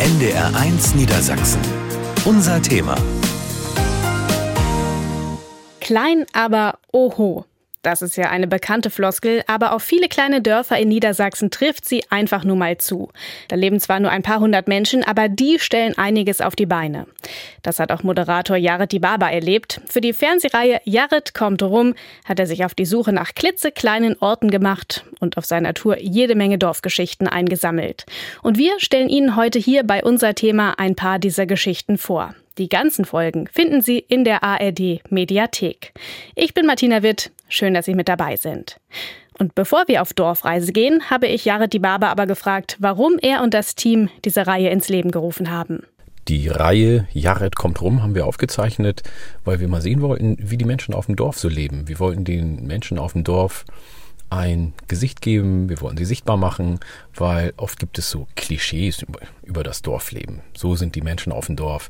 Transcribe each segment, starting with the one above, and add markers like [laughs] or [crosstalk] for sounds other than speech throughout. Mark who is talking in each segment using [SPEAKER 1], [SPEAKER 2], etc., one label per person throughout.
[SPEAKER 1] NDR1 Niedersachsen. Unser Thema.
[SPEAKER 2] Klein, aber oho. Das ist ja eine bekannte Floskel, aber auf viele kleine Dörfer in Niedersachsen trifft sie einfach nur mal zu. Da leben zwar nur ein paar hundert Menschen, aber die stellen einiges auf die Beine. Das hat auch Moderator Jared Dibaba erlebt. Für die Fernsehreihe Jared kommt rum hat er sich auf die Suche nach klitzekleinen Orten gemacht und auf seiner Tour jede Menge Dorfgeschichten eingesammelt. Und wir stellen Ihnen heute hier bei unser Thema ein paar dieser Geschichten vor. Die ganzen Folgen finden Sie in der ARD Mediathek. Ich bin Martina Witt. Schön, dass Sie mit dabei sind. Und bevor wir auf Dorfreise gehen, habe ich Jared die Barber aber gefragt, warum er und das Team diese Reihe ins Leben gerufen haben.
[SPEAKER 3] Die Reihe Jared kommt rum haben wir aufgezeichnet, weil wir mal sehen wollten, wie die Menschen auf dem Dorf so leben. Wir wollten den Menschen auf dem Dorf ein Gesicht geben, wir wollten sie sichtbar machen, weil oft gibt es so Klischees über, über, das Dorfleben. So sind die Menschen auf dem Dorf,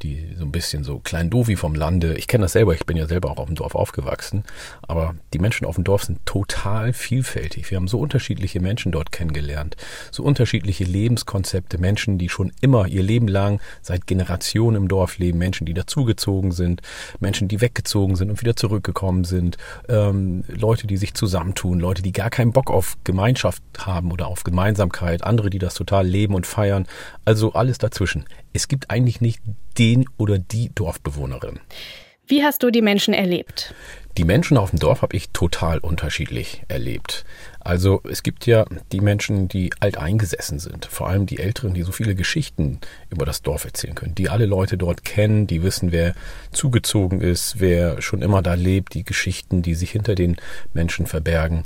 [SPEAKER 3] die so ein bisschen so klein doofi vom Lande. Ich kenne das selber, ich bin ja selber auch auf dem Dorf aufgewachsen, aber die Menschen auf dem Dorf sind total vielfältig. Wir haben so unterschiedliche Menschen dort kennengelernt, so unterschiedliche Lebenskonzepte, Menschen, die schon immer ihr Leben lang seit Generationen im Dorf leben, Menschen, die dazugezogen sind, Menschen, die weggezogen sind und wieder zurückgekommen sind, ähm, Leute, die sich zusammentun Leute, die gar keinen Bock auf Gemeinschaft haben oder auf Gemeinsamkeit, andere, die das total leben und feiern, also alles dazwischen. Es gibt eigentlich nicht den oder die Dorfbewohnerin.
[SPEAKER 2] Wie hast du die Menschen erlebt?
[SPEAKER 3] Die Menschen auf dem Dorf habe ich total unterschiedlich erlebt. Also es gibt ja die Menschen, die alteingesessen sind, vor allem die Älteren, die so viele Geschichten über das Dorf erzählen können, die alle Leute dort kennen, die wissen, wer zugezogen ist, wer schon immer da lebt, die Geschichten, die sich hinter den Menschen verbergen.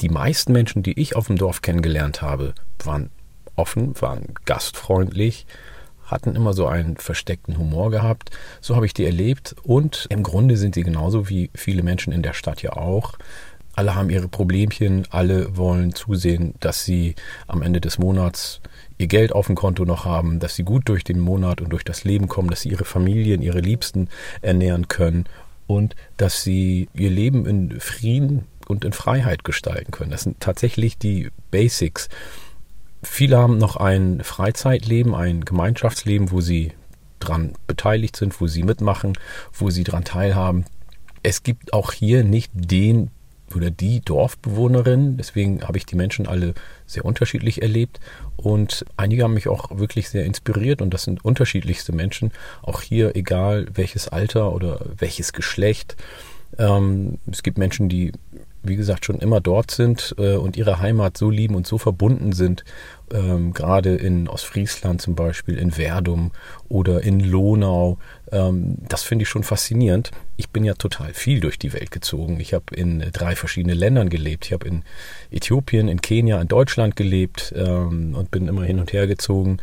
[SPEAKER 3] Die meisten Menschen, die ich auf dem Dorf kennengelernt habe, waren offen, waren gastfreundlich, hatten immer so einen versteckten Humor gehabt. So habe ich die erlebt. Und im Grunde sind sie genauso wie viele Menschen in der Stadt ja auch. Alle haben ihre Problemchen, alle wollen zusehen, dass sie am Ende des Monats ihr Geld auf dem Konto noch haben, dass sie gut durch den Monat und durch das Leben kommen, dass sie ihre Familien, ihre Liebsten ernähren können und dass sie ihr Leben in Frieden und in Freiheit gestalten können. Das sind tatsächlich die Basics. Viele haben noch ein Freizeitleben, ein Gemeinschaftsleben, wo sie dran beteiligt sind, wo sie mitmachen, wo sie dran teilhaben. Es gibt auch hier nicht den oder die Dorfbewohnerin. Deswegen habe ich die Menschen alle sehr unterschiedlich erlebt und einige haben mich auch wirklich sehr inspiriert und das sind unterschiedlichste Menschen. Auch hier, egal welches Alter oder welches Geschlecht. Ähm, es gibt Menschen, die wie gesagt, schon immer dort sind äh, und ihre Heimat so lieben und so verbunden sind, ähm, gerade in Ostfriesland zum Beispiel, in Verdum oder in Lonau, ähm, das finde ich schon faszinierend. Ich bin ja total viel durch die Welt gezogen. Ich habe in drei verschiedenen Ländern gelebt. Ich habe in Äthiopien, in Kenia, in Deutschland gelebt ähm, und bin immer hin und her gezogen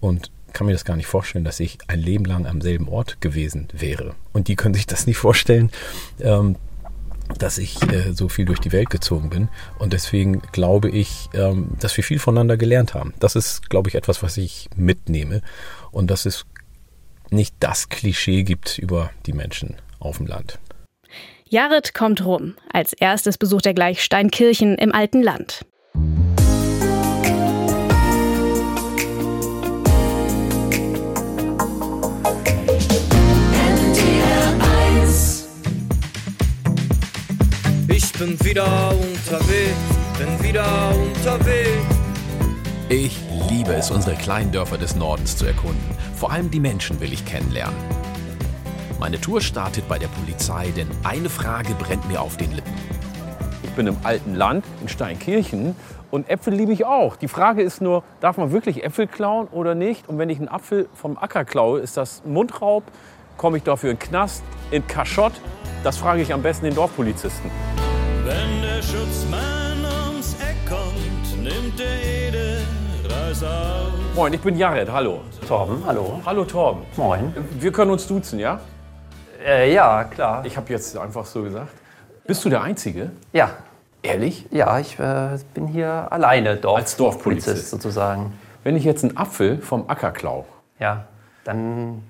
[SPEAKER 3] und kann mir das gar nicht vorstellen, dass ich ein Leben lang am selben Ort gewesen wäre. Und die können sich das nicht vorstellen ähm, dass ich äh, so viel durch die Welt gezogen bin. Und deswegen glaube ich, ähm, dass wir viel voneinander gelernt haben. Das ist, glaube ich, etwas, was ich mitnehme. Und dass es nicht das Klischee gibt über die Menschen auf dem Land.
[SPEAKER 2] Jared kommt rum. Als erstes besucht er gleich Steinkirchen im alten Land.
[SPEAKER 4] Ich bin wieder unterwegs, bin wieder unterwegs.
[SPEAKER 5] Ich liebe es, unsere kleinen Dörfer des Nordens zu erkunden. Vor allem die Menschen will ich kennenlernen. Meine Tour startet bei der Polizei, denn eine Frage brennt mir auf den Lippen.
[SPEAKER 6] Ich bin im alten Land in Steinkirchen und Äpfel liebe ich auch. Die Frage ist nur, darf man wirklich Äpfel klauen oder nicht? Und wenn ich einen Apfel vom Acker klaue, ist das Mundraub? Komme ich dafür in den Knast, in Kaschott? Das frage ich am besten den Dorfpolizisten.
[SPEAKER 7] Wenn der Schutzmann ums Eck kommt, nimmt der Ede Reis auf.
[SPEAKER 6] Moin, ich bin Jared, hallo.
[SPEAKER 8] Torben, hallo.
[SPEAKER 6] Hallo Torben.
[SPEAKER 8] Moin.
[SPEAKER 6] Wir können uns duzen, ja?
[SPEAKER 8] Äh, ja, klar.
[SPEAKER 6] Ich habe jetzt einfach so gesagt. Bist du der Einzige?
[SPEAKER 8] Ja.
[SPEAKER 6] Ehrlich?
[SPEAKER 8] Ja, ich äh, bin hier alleine Dorf
[SPEAKER 6] Als Dorfpolizist. Polizist
[SPEAKER 8] sozusagen.
[SPEAKER 6] Wenn ich jetzt einen Apfel vom Acker klaue.
[SPEAKER 8] Ja, dann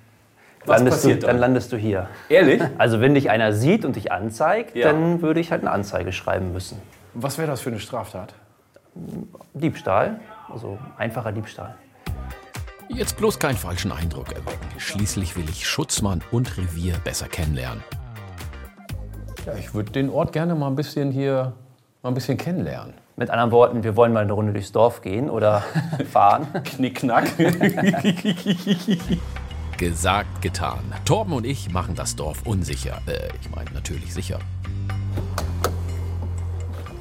[SPEAKER 6] Was
[SPEAKER 8] landest du,
[SPEAKER 6] passiert
[SPEAKER 8] dann
[SPEAKER 6] dann?
[SPEAKER 8] landest du hier.
[SPEAKER 6] Ehrlich?
[SPEAKER 8] [laughs] Also wenn dich einer sieht und dich anzeigt,
[SPEAKER 6] Ja.
[SPEAKER 8] dann würde ich halt eine Anzeige schreiben müssen.
[SPEAKER 6] Was wäre das für eine Straftat?
[SPEAKER 8] Diebstahl, also einfacher Diebstahl.
[SPEAKER 9] Jetzt bloß keinen falschen Eindruck erwecken. Schließlich will ich Schutzmann und Revier besser kennenlernen.
[SPEAKER 3] Ja, ich würde den Ort gerne mal ein bisschen hier mal ein bisschen kennenlernen.
[SPEAKER 8] Mit anderen Worten, wir wollen mal eine Runde durchs Dorf gehen
[SPEAKER 6] [laughs]
[SPEAKER 8] oder fahren. [laughs]
[SPEAKER 3] Knickknack.
[SPEAKER 9] Gesagt, getan. Torben und ich machen das Dorf unsicher. Äh, ich meine natürlich sicher.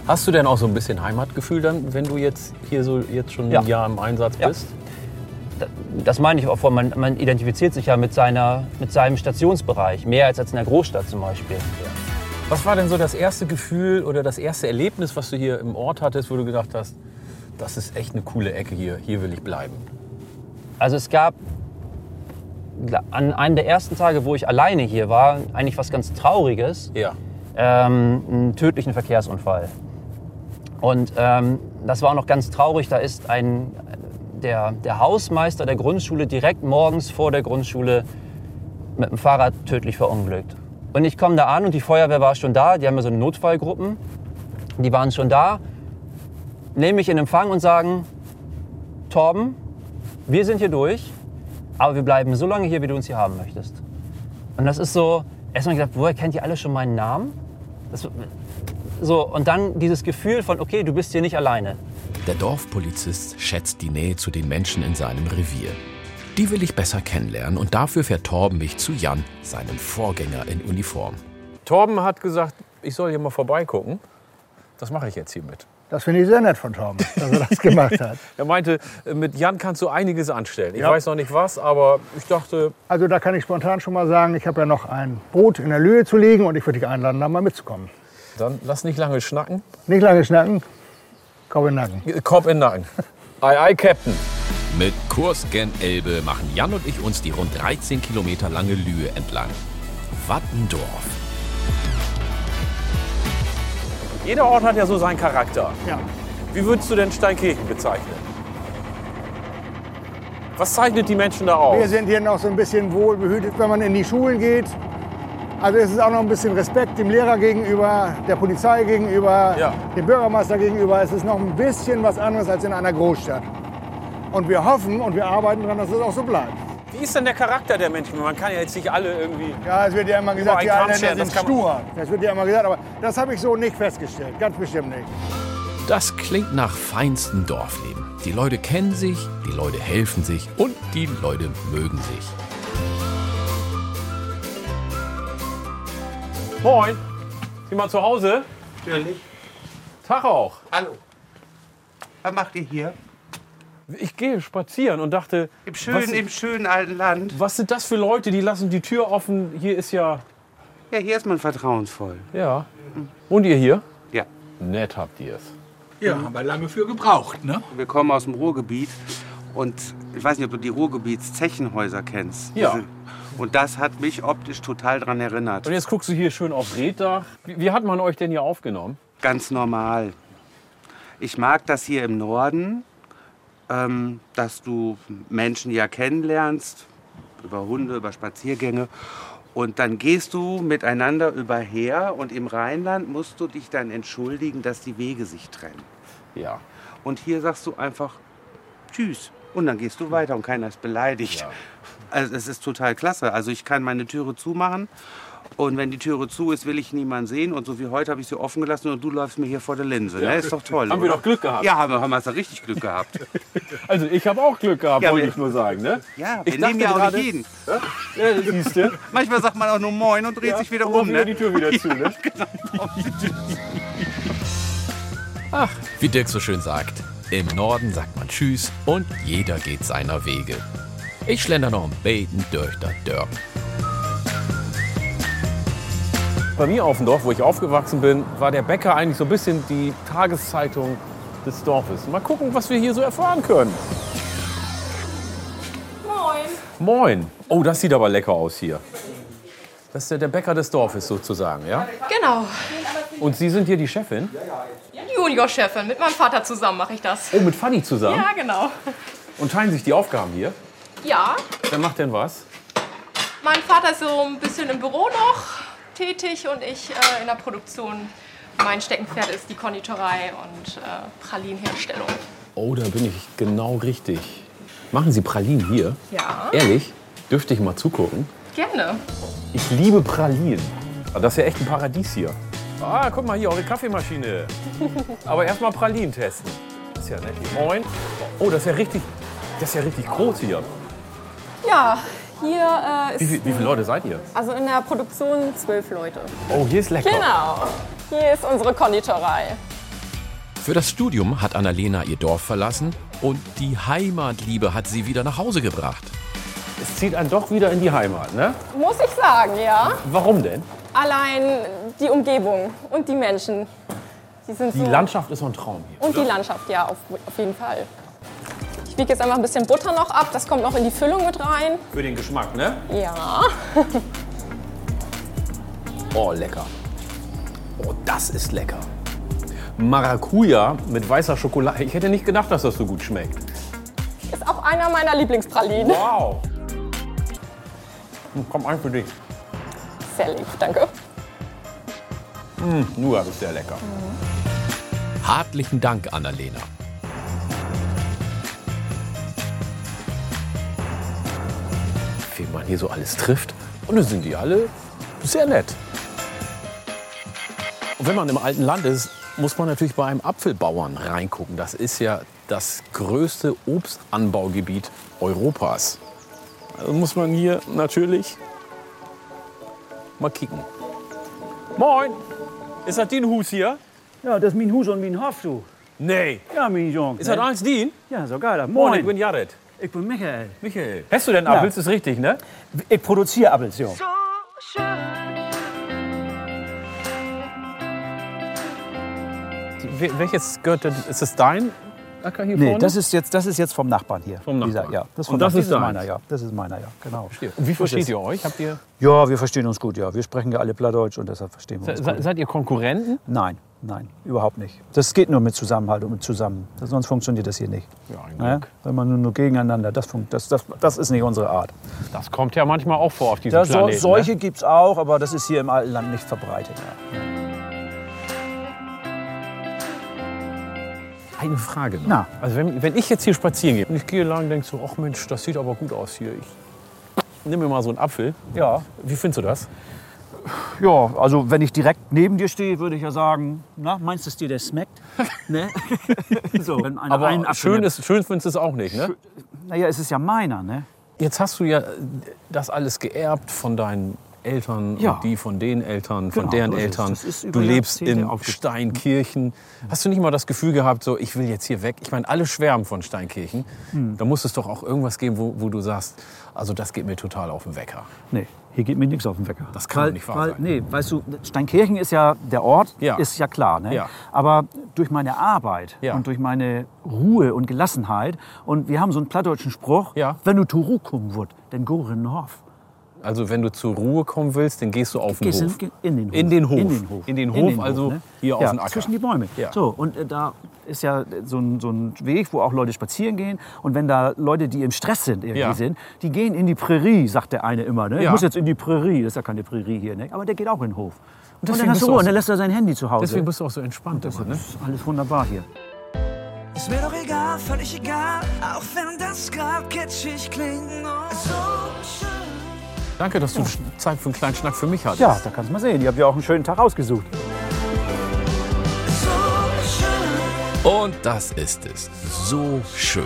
[SPEAKER 10] Hast du denn auch so ein bisschen Heimatgefühl dann, wenn du jetzt hier so jetzt schon
[SPEAKER 8] Ja.
[SPEAKER 10] ein Jahr im Einsatz
[SPEAKER 8] Ja.
[SPEAKER 10] bist?
[SPEAKER 8] Das meine ich auch vor, man, man identifiziert sich ja mit, seiner, mit seinem Stationsbereich, mehr als als in der Großstadt zum Beispiel.
[SPEAKER 10] Was war denn so das erste Gefühl oder das erste Erlebnis, was du hier im Ort hattest, wo du gedacht hast, das ist echt eine coole Ecke hier, hier will ich bleiben?
[SPEAKER 8] Also es gab an einem der ersten Tage, wo ich alleine hier war, eigentlich was ganz Trauriges.
[SPEAKER 10] Ja.
[SPEAKER 8] ähm, einen tödlichen Verkehrsunfall. Und ähm, das war auch noch ganz traurig. Da ist ein, der, der Hausmeister der Grundschule direkt morgens vor der Grundschule mit dem Fahrrad tödlich verunglückt. Und ich komme da an und die Feuerwehr war schon da. Die haben ja so eine Notfallgruppen. Die waren schon da, nehmen mich in Empfang und sagen, Torben, wir sind hier durch, aber wir bleiben so lange hier, wie du uns hier haben möchtest. Und das ist so, erstmal gedacht, woher kennt ihr alle schon meinen Namen? Das, so, und dann dieses Gefühl von, okay, du bist hier nicht alleine.
[SPEAKER 9] Der Dorfpolizist schätzt die Nähe zu den Menschen in seinem Revier. Die will ich besser kennenlernen und dafür fährt Torben mich zu Jan, seinem Vorgänger in Uniform.
[SPEAKER 3] Torben hat gesagt, ich soll hier mal vorbeigucken. Das mache ich jetzt hiermit.
[SPEAKER 11] Das finde ich sehr nett von Tom, dass er das
[SPEAKER 3] [laughs]
[SPEAKER 11] gemacht hat.
[SPEAKER 3] Er meinte, mit Jan kannst du einiges anstellen. Ich weiß noch nicht was, aber ich dachte,
[SPEAKER 11] Also da kann ich spontan schon mal sagen, ich habe ja noch ein Brot in der Löhe zu legen und ich würde dich einladen, da mal mitzukommen.
[SPEAKER 3] dann lass nicht lange schnacken.
[SPEAKER 11] Nicht lange schnacken, Kopf in den Nacken.
[SPEAKER 3] Kopf in den Nacken. Ei, ei, Captain.
[SPEAKER 9] Mit Kurs gen Elbe machen Jan und ich uns die rund 13 Kilometer lange Lühe entlang. Wattendorf.
[SPEAKER 3] Jeder Ort hat ja so seinen Charakter.
[SPEAKER 11] Ja.
[SPEAKER 3] Wie würdest du denn Steinkirchen bezeichnen? Was zeichnet die Menschen da aus?
[SPEAKER 11] Wir sind hier noch so ein bisschen wohlbehütet, wenn man in die Schulen geht. Also es ist auch noch ein bisschen Respekt dem Lehrer gegenüber, der Polizei gegenüber,
[SPEAKER 3] Ja.
[SPEAKER 11] dem Bürgermeister gegenüber. Es ist noch ein bisschen was anderes als in einer Großstadt. Und wir hoffen und wir arbeiten daran, dass es auch so bleibt.
[SPEAKER 3] Wie ist denn der Charakter der Menschen? Man kann ja jetzt nicht alle irgendwie.
[SPEAKER 11] Ja, es wird ja immer gesagt,
[SPEAKER 3] einen
[SPEAKER 11] die
[SPEAKER 3] Kram
[SPEAKER 11] Alländer
[SPEAKER 3] scheren,
[SPEAKER 11] sind
[SPEAKER 3] Oh, das kann man-
[SPEAKER 11] stur. Das wird ja immer gesagt, aber das habe ich so nicht festgestellt. Ganz bestimmt nicht.
[SPEAKER 9] Das klingt nach feinstem Dorfleben. Die Leute kennen sich, die Leute helfen sich und die Leute mögen sich.
[SPEAKER 3] Moin! Ist jemand zu Hause?
[SPEAKER 1] Natürlich.
[SPEAKER 3] Tag auch.
[SPEAKER 1] Hallo. Was macht ihr hier?
[SPEAKER 3] Ich gehe spazieren und dachte,
[SPEAKER 1] Im schönen,
[SPEAKER 3] Was-
[SPEAKER 1] im schönen alten Land.
[SPEAKER 3] was sind das für Leute, die lassen die Tür offen? Hier ist ja.
[SPEAKER 1] Ja, hier ist man vertrauensvoll.
[SPEAKER 3] Ja. Wohnt ihr hier?
[SPEAKER 1] Ja.
[SPEAKER 3] Nett habt ihr es.
[SPEAKER 12] Ja, haben wir lange für gebraucht, ne?
[SPEAKER 1] Wir kommen aus dem Ruhrgebiet und ich weiß nicht, ob du die Ruhrgebiets-Zechenhäuser kennst.
[SPEAKER 3] Ja.
[SPEAKER 1] Diese- Und das hat mich optisch total daran erinnert.
[SPEAKER 3] Und jetzt guckst du hier schön aufs Reddach. Wie, wie hat man euch denn hier aufgenommen?
[SPEAKER 1] Ganz normal. Ich mag das hier im Norden, ähm, dass du Menschen ja kennenlernst, über Hunde, über Spaziergänge. Und dann gehst du miteinander überher und im Rheinland musst du dich dann entschuldigen, dass die Wege sich trennen.
[SPEAKER 3] Ja.
[SPEAKER 1] Und hier sagst du einfach Tschüss. Und dann gehst du weiter und keiner ist beleidigt. Also es ist total klasse. Also ich kann meine Türe zumachen. Und wenn die Türe zu ist, will ich niemanden sehen. Und so wie heute habe ich sie offen gelassen und du läufst mir hier vor der Linse. Ne? Ist doch toll.
[SPEAKER 3] Haben wir
[SPEAKER 1] oder?
[SPEAKER 3] doch Glück gehabt.
[SPEAKER 1] Ja, haben wir haben wir da richtig Glück gehabt.
[SPEAKER 3] Also ich habe auch Glück gehabt,
[SPEAKER 1] Ja,
[SPEAKER 3] wollte
[SPEAKER 1] wir-
[SPEAKER 3] ich nur sagen. Ne?
[SPEAKER 1] Ja,
[SPEAKER 3] Ich
[SPEAKER 1] wir nehmen
[SPEAKER 3] dachte
[SPEAKER 1] ja auch
[SPEAKER 3] gerade-
[SPEAKER 1] nicht jeden.
[SPEAKER 3] Ja, siehste.
[SPEAKER 1] [laughs] Manchmal sagt man auch nur Moin und dreht sich wieder
[SPEAKER 3] Mach
[SPEAKER 1] um.
[SPEAKER 3] wieder
[SPEAKER 1] Ne?
[SPEAKER 3] die Tür wieder zu.
[SPEAKER 1] [laughs]
[SPEAKER 3] Ne?
[SPEAKER 9] Ach, wie Dirk so schön sagt, im Norden sagt man Tschüss und jeder geht seiner Wege. Ich schlender noch ein Beten durch das Dörr.
[SPEAKER 3] Bei mir auf dem Dorf, wo ich aufgewachsen bin, war der Bäcker eigentlich so ein bisschen die Tageszeitung des Dorfes. Mal gucken, was wir hier so erfahren können. Moin. Moin. Oh, das sieht aber lecker aus hier. Das ist ja der Bäcker des Dorfes sozusagen, ja?
[SPEAKER 13] Genau.
[SPEAKER 3] Und Sie sind hier die Chefin?
[SPEAKER 13] Juniorchefin. Mit meinem Vater zusammen mache ich das.
[SPEAKER 3] Oh, mit Fanny zusammen?
[SPEAKER 13] Ja, genau.
[SPEAKER 3] Und teilen sich die Aufgaben hier?
[SPEAKER 13] Ja,
[SPEAKER 3] Wer macht denn was?
[SPEAKER 13] mein Vater ist so ein bisschen im Büro noch tätig und ich äh, in der Produktion. Mein Steckenpferd ist die Konditorei und äh, Pralinenherstellung.
[SPEAKER 3] Oh, da bin ich genau richtig. Machen Sie Pralinen hier?
[SPEAKER 14] Ja.
[SPEAKER 3] Ehrlich? Dürfte ich mal zugucken?
[SPEAKER 14] Gerne.
[SPEAKER 3] Ich liebe Pralinen. Aber Ah, Das ist ja echt ein Paradies hier. Ah, guck mal hier, eure
[SPEAKER 13] [laughs]
[SPEAKER 3] Kaffeemaschine. Aber erstmal Pralinen testen. Das ist ja nett. hier. Moin. Oh, das ist ja richtig, das ist ja richtig groß hier.
[SPEAKER 13] Ja, hier äh, ist.
[SPEAKER 3] Wie, viel- wie viele Leute seid ihr?
[SPEAKER 13] Also in der Produktion zwölf Leute.
[SPEAKER 3] Oh, hier ist lecker.
[SPEAKER 13] Genau. Hier ist unsere Konditorei.
[SPEAKER 4] Für das Studium hat Annalena ihr Dorf verlassen und die Heimatliebe hat sie wieder nach Hause gebracht.
[SPEAKER 3] Es zieht einen doch wieder in die Heimat, ne?
[SPEAKER 13] Muss ich sagen, ja.
[SPEAKER 3] Warum denn?
[SPEAKER 13] Allein die Umgebung und die Menschen. Die sind
[SPEAKER 3] Die
[SPEAKER 13] so.
[SPEAKER 3] Landschaft ist so ein Traum hier.
[SPEAKER 13] Und die Landschaft, ja, auf, auf jeden Fall. Ich wiege jetzt einfach ein bisschen Butter noch ab. Das kommt noch in die Füllung mit rein.
[SPEAKER 3] Für den Geschmack, ne?
[SPEAKER 13] Ja. [laughs]
[SPEAKER 3] Oh, lecker. Oh, das ist lecker. Maracuja mit weißer Schokolade. Ich hätte nicht gedacht, dass das so gut schmeckt.
[SPEAKER 13] Ist auch einer meiner Lieblingspralinen.
[SPEAKER 3] Wow. Hm, Komm, ein für dich.
[SPEAKER 13] Sehr lieb, danke.
[SPEAKER 3] Mmh, Nougat ist sehr lecker.
[SPEAKER 4] Hartlichen Dank, Annalena.
[SPEAKER 3] Wen man hier so alles trifft. Und dann sind die alle sehr nett. Und wenn man im alten Land ist, muss man natürlich bei einem Apfelbauern reingucken. Das ist ja das größte Obstanbaugebiet Europas. Also muss man hier natürlich mal kicken. Moin! Ist das dein Hus hier?
[SPEAKER 15] Ja, das ist mein Hus und mein Hof, du.
[SPEAKER 3] Nee.
[SPEAKER 15] Ja, mein Junge. ne?
[SPEAKER 3] Ist das eins dein?
[SPEAKER 15] Ja, so geil. Moin.
[SPEAKER 3] Moin, ich bin Jared.
[SPEAKER 15] Ich bin Michael.
[SPEAKER 3] Michael. Hast du denn Appels? Ist richtig, ne?
[SPEAKER 15] Ich produziere Appels, ja.
[SPEAKER 3] Wel- Welches gehört denn? Ist es dein Acker hier
[SPEAKER 15] Nee,
[SPEAKER 3] vorne?
[SPEAKER 15] das ist, jetzt, das ist jetzt vom Nachbarn hier.
[SPEAKER 3] Vom
[SPEAKER 15] Dieser,
[SPEAKER 3] Nachbarn.
[SPEAKER 15] ja, das ist
[SPEAKER 3] Und
[SPEAKER 15] vom Nachbarn.
[SPEAKER 3] das ist
[SPEAKER 15] Dieses
[SPEAKER 3] deins?
[SPEAKER 15] meiner, ja. Das ist meiner, ja, genau.
[SPEAKER 3] Und wie
[SPEAKER 15] Das
[SPEAKER 3] versteht
[SPEAKER 15] ist-
[SPEAKER 3] ihr euch? Habt ihr,
[SPEAKER 15] Ja, wir verstehen uns gut, ja. Wir sprechen ja alle Plattdeutsch und deshalb verstehen wir
[SPEAKER 3] se,
[SPEAKER 15] uns
[SPEAKER 3] se-
[SPEAKER 15] gut.
[SPEAKER 3] seid ihr Konkurrenten?
[SPEAKER 15] Nein, nein, überhaupt nicht. Das geht nur mit Zusammenhalt und mit zusammen. Sonst funktioniert das hier nicht.
[SPEAKER 3] Ja, ein
[SPEAKER 15] Ja? Wenn man nur, nur gegeneinander, das, funkt- das, das, das ist nicht unsere Art.
[SPEAKER 3] Das kommt ja manchmal auch vor auf diesem
[SPEAKER 15] Da, so,
[SPEAKER 3] Planeten.
[SPEAKER 15] solche
[SPEAKER 3] ne?
[SPEAKER 15] gibt's gibt es auch, aber das ist hier im alten Land nicht verbreitet. Ja.
[SPEAKER 3] Eine Frage noch.
[SPEAKER 15] Na.
[SPEAKER 3] Also wenn, wenn ich jetzt hier spazieren gehe und ich gehe lang, denkst du, ach Mensch, das sieht aber gut aus hier. Ich nehme mir mal so einen Apfel.
[SPEAKER 15] Ja.
[SPEAKER 3] Wie findest du das?
[SPEAKER 15] Ja, also wenn ich direkt neben dir stehe, würde ich ja sagen, na, meinst du es dir, der [laughs] schmeckt? ne? so, wenn einer
[SPEAKER 3] aber
[SPEAKER 15] einen Apfel
[SPEAKER 3] schön,
[SPEAKER 15] nimmt.
[SPEAKER 3] ist, schön findest du es auch nicht, ne?
[SPEAKER 15] Naja, es ist ja meiner, ne?
[SPEAKER 3] Jetzt hast du ja das alles geerbt von deinen Eltern,
[SPEAKER 15] Ja.
[SPEAKER 3] und die von den Eltern, von
[SPEAKER 15] Genau,
[SPEAKER 3] deren
[SPEAKER 15] so ist es.
[SPEAKER 3] Eltern.
[SPEAKER 15] Das ist
[SPEAKER 3] Du
[SPEAKER 15] über
[SPEAKER 3] lebst
[SPEAKER 15] Jahrzehnte Mhm.
[SPEAKER 3] in Steinkirchen. Hast du nicht mal das Gefühl gehabt, so ich will jetzt hier weg? Ich meine, alle schwärmen von Steinkirchen.
[SPEAKER 15] Hm.
[SPEAKER 3] Da muss es doch auch irgendwas geben, wo, wo du sagst, also das geht mir total auf den Wecker.
[SPEAKER 15] Nee, hier geht mir nichts auf den Wecker.
[SPEAKER 3] Das kann doch nicht wahr sein.
[SPEAKER 15] Nee, weißt du, Steinkirchen ist ja der Ort,
[SPEAKER 3] Ja.
[SPEAKER 15] ist ja klar. Ne?
[SPEAKER 3] Ja.
[SPEAKER 15] Aber durch meine Arbeit
[SPEAKER 3] Ja.
[SPEAKER 15] und durch meine Ruhe und Gelassenheit, und wir haben so einen plattdeutschen Spruch, wenn du zur Ruhe kommen würd, dann go in den Hof.
[SPEAKER 3] Also wenn du zur Ruhe kommen willst, dann gehst du auf den
[SPEAKER 15] Gehst in-
[SPEAKER 3] Hof.
[SPEAKER 15] ge- in den Hof.
[SPEAKER 3] In den Hof.
[SPEAKER 15] In den Hof.
[SPEAKER 3] In den
[SPEAKER 15] In
[SPEAKER 3] Hof,
[SPEAKER 15] den Hof,
[SPEAKER 3] also
[SPEAKER 15] ne?
[SPEAKER 3] hier auf
[SPEAKER 15] Ja,
[SPEAKER 3] den Acker.
[SPEAKER 15] zwischen die Bäume.
[SPEAKER 3] Ja.
[SPEAKER 15] So, und äh, da ist ja so ein, so ein Weg, wo auch Leute spazieren gehen. Und wenn da Leute, die im Stress sind, irgendwie
[SPEAKER 3] Ja.
[SPEAKER 15] sind, die gehen in die Prärie, sagt der eine immer. Ne?
[SPEAKER 3] Ja.
[SPEAKER 15] Ich muss jetzt in die Prärie. Das ist ja keine Prärie hier. Ne? Aber der geht auch in den Hof. Und,
[SPEAKER 3] deswegen
[SPEAKER 15] dann hast
[SPEAKER 3] bist
[SPEAKER 15] du
[SPEAKER 3] du
[SPEAKER 15] Ruhe.
[SPEAKER 3] auch
[SPEAKER 15] Und
[SPEAKER 3] so-
[SPEAKER 15] dann lässt er sein Handy zu Hause.
[SPEAKER 3] Deswegen bist du auch so entspannt. ne?
[SPEAKER 15] das ist alles wunderbar hier.
[SPEAKER 16] Ist mir doch egal, völlig egal, auch wenn das grad kitschig klingt. Oh, so schön.
[SPEAKER 3] Danke, dass du Zeit für einen kleinen Schnack für mich hattest.
[SPEAKER 15] Ja, da kannst du mal sehen. Ich habe ja auch einen schönen Tag ausgesucht.
[SPEAKER 4] Und das ist es. So schön.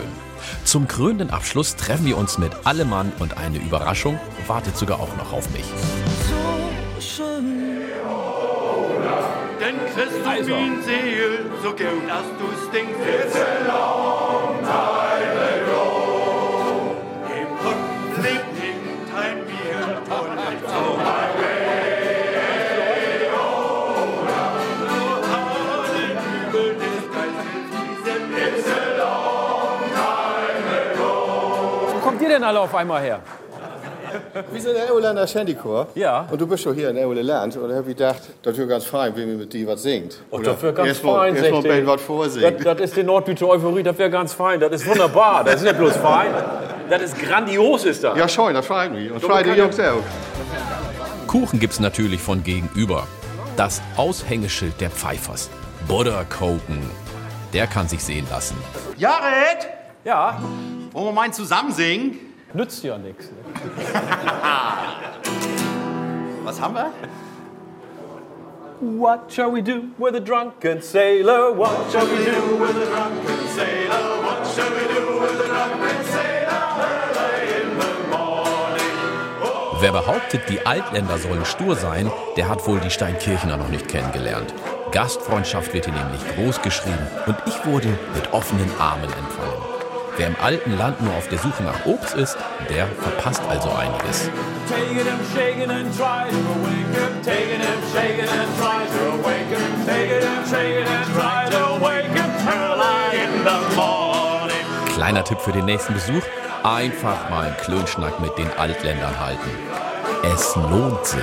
[SPEAKER 4] Zum krönenden Abschluss treffen wir uns mit Allemann und eine Überraschung wartet sogar auch noch auf mich.
[SPEAKER 16] So schön.
[SPEAKER 17] Denn kriegst du
[SPEAKER 3] Also.
[SPEAKER 17] mein Seel, so gern dass du's Ding sitzt. Im Rücken lebt hinter ein Bier und ein
[SPEAKER 3] Wo kommt ihr denn alle auf einmal her?
[SPEAKER 18] Wir sind ein Euländer Shandychor.
[SPEAKER 3] Ja.
[SPEAKER 18] Und du bist schon hier in Euland. Und da hab ich gedacht, das wäre ganz fein, wenn wir mit dir was singt.
[SPEAKER 3] Und Oh, das wäre ganz
[SPEAKER 18] erst mal-
[SPEAKER 3] fein,
[SPEAKER 18] erst mal
[SPEAKER 3] sagt
[SPEAKER 18] Ben
[SPEAKER 3] ihr.
[SPEAKER 18] was vorsingen.
[SPEAKER 3] Das, das ist die Nordbüte Euphorie, das wäre ganz fein. Das ist wunderbar, das ist nicht bloß fein. Das ist grandios, ist das.
[SPEAKER 18] Ja, schön, das freut mich. Und
[SPEAKER 3] So
[SPEAKER 18] freut die
[SPEAKER 3] kann ja-
[SPEAKER 18] Jungs auch.
[SPEAKER 4] Kuchen gibt's natürlich von gegenüber. Das Aushängeschild der Pfeifers. Butterkoken. Der kann sich sehen lassen.
[SPEAKER 17] Jared!
[SPEAKER 3] Ja?
[SPEAKER 19] Wollen wir meinen zusammen singen?
[SPEAKER 3] Nützt ja nichts. ne?
[SPEAKER 19] [laughs] Was haben wir?
[SPEAKER 3] What shall we do with a drunken sailor? What shall we do with a drunken sailor? What shall we do with a drunken
[SPEAKER 4] Wer behauptet, die Altländer sollen stur sein, der hat wohl die Steinkirchener noch nicht kennengelernt. Gastfreundschaft wird hier nämlich großgeschrieben und ich wurde mit offenen Armen empfangen. Wer im alten Land nur auf der Suche nach Obst ist, der verpasst also einiges.
[SPEAKER 7] Taking him, shaking and trying to wake him. Taking him, shaking and trying to wake him. Taking him, shaking and trying to wake him. Early in the morning.
[SPEAKER 4] Kleiner Tipp für den nächsten Besuch: einfach mal einen Klönschnack mit den Altländern halten. Es lohnt sich.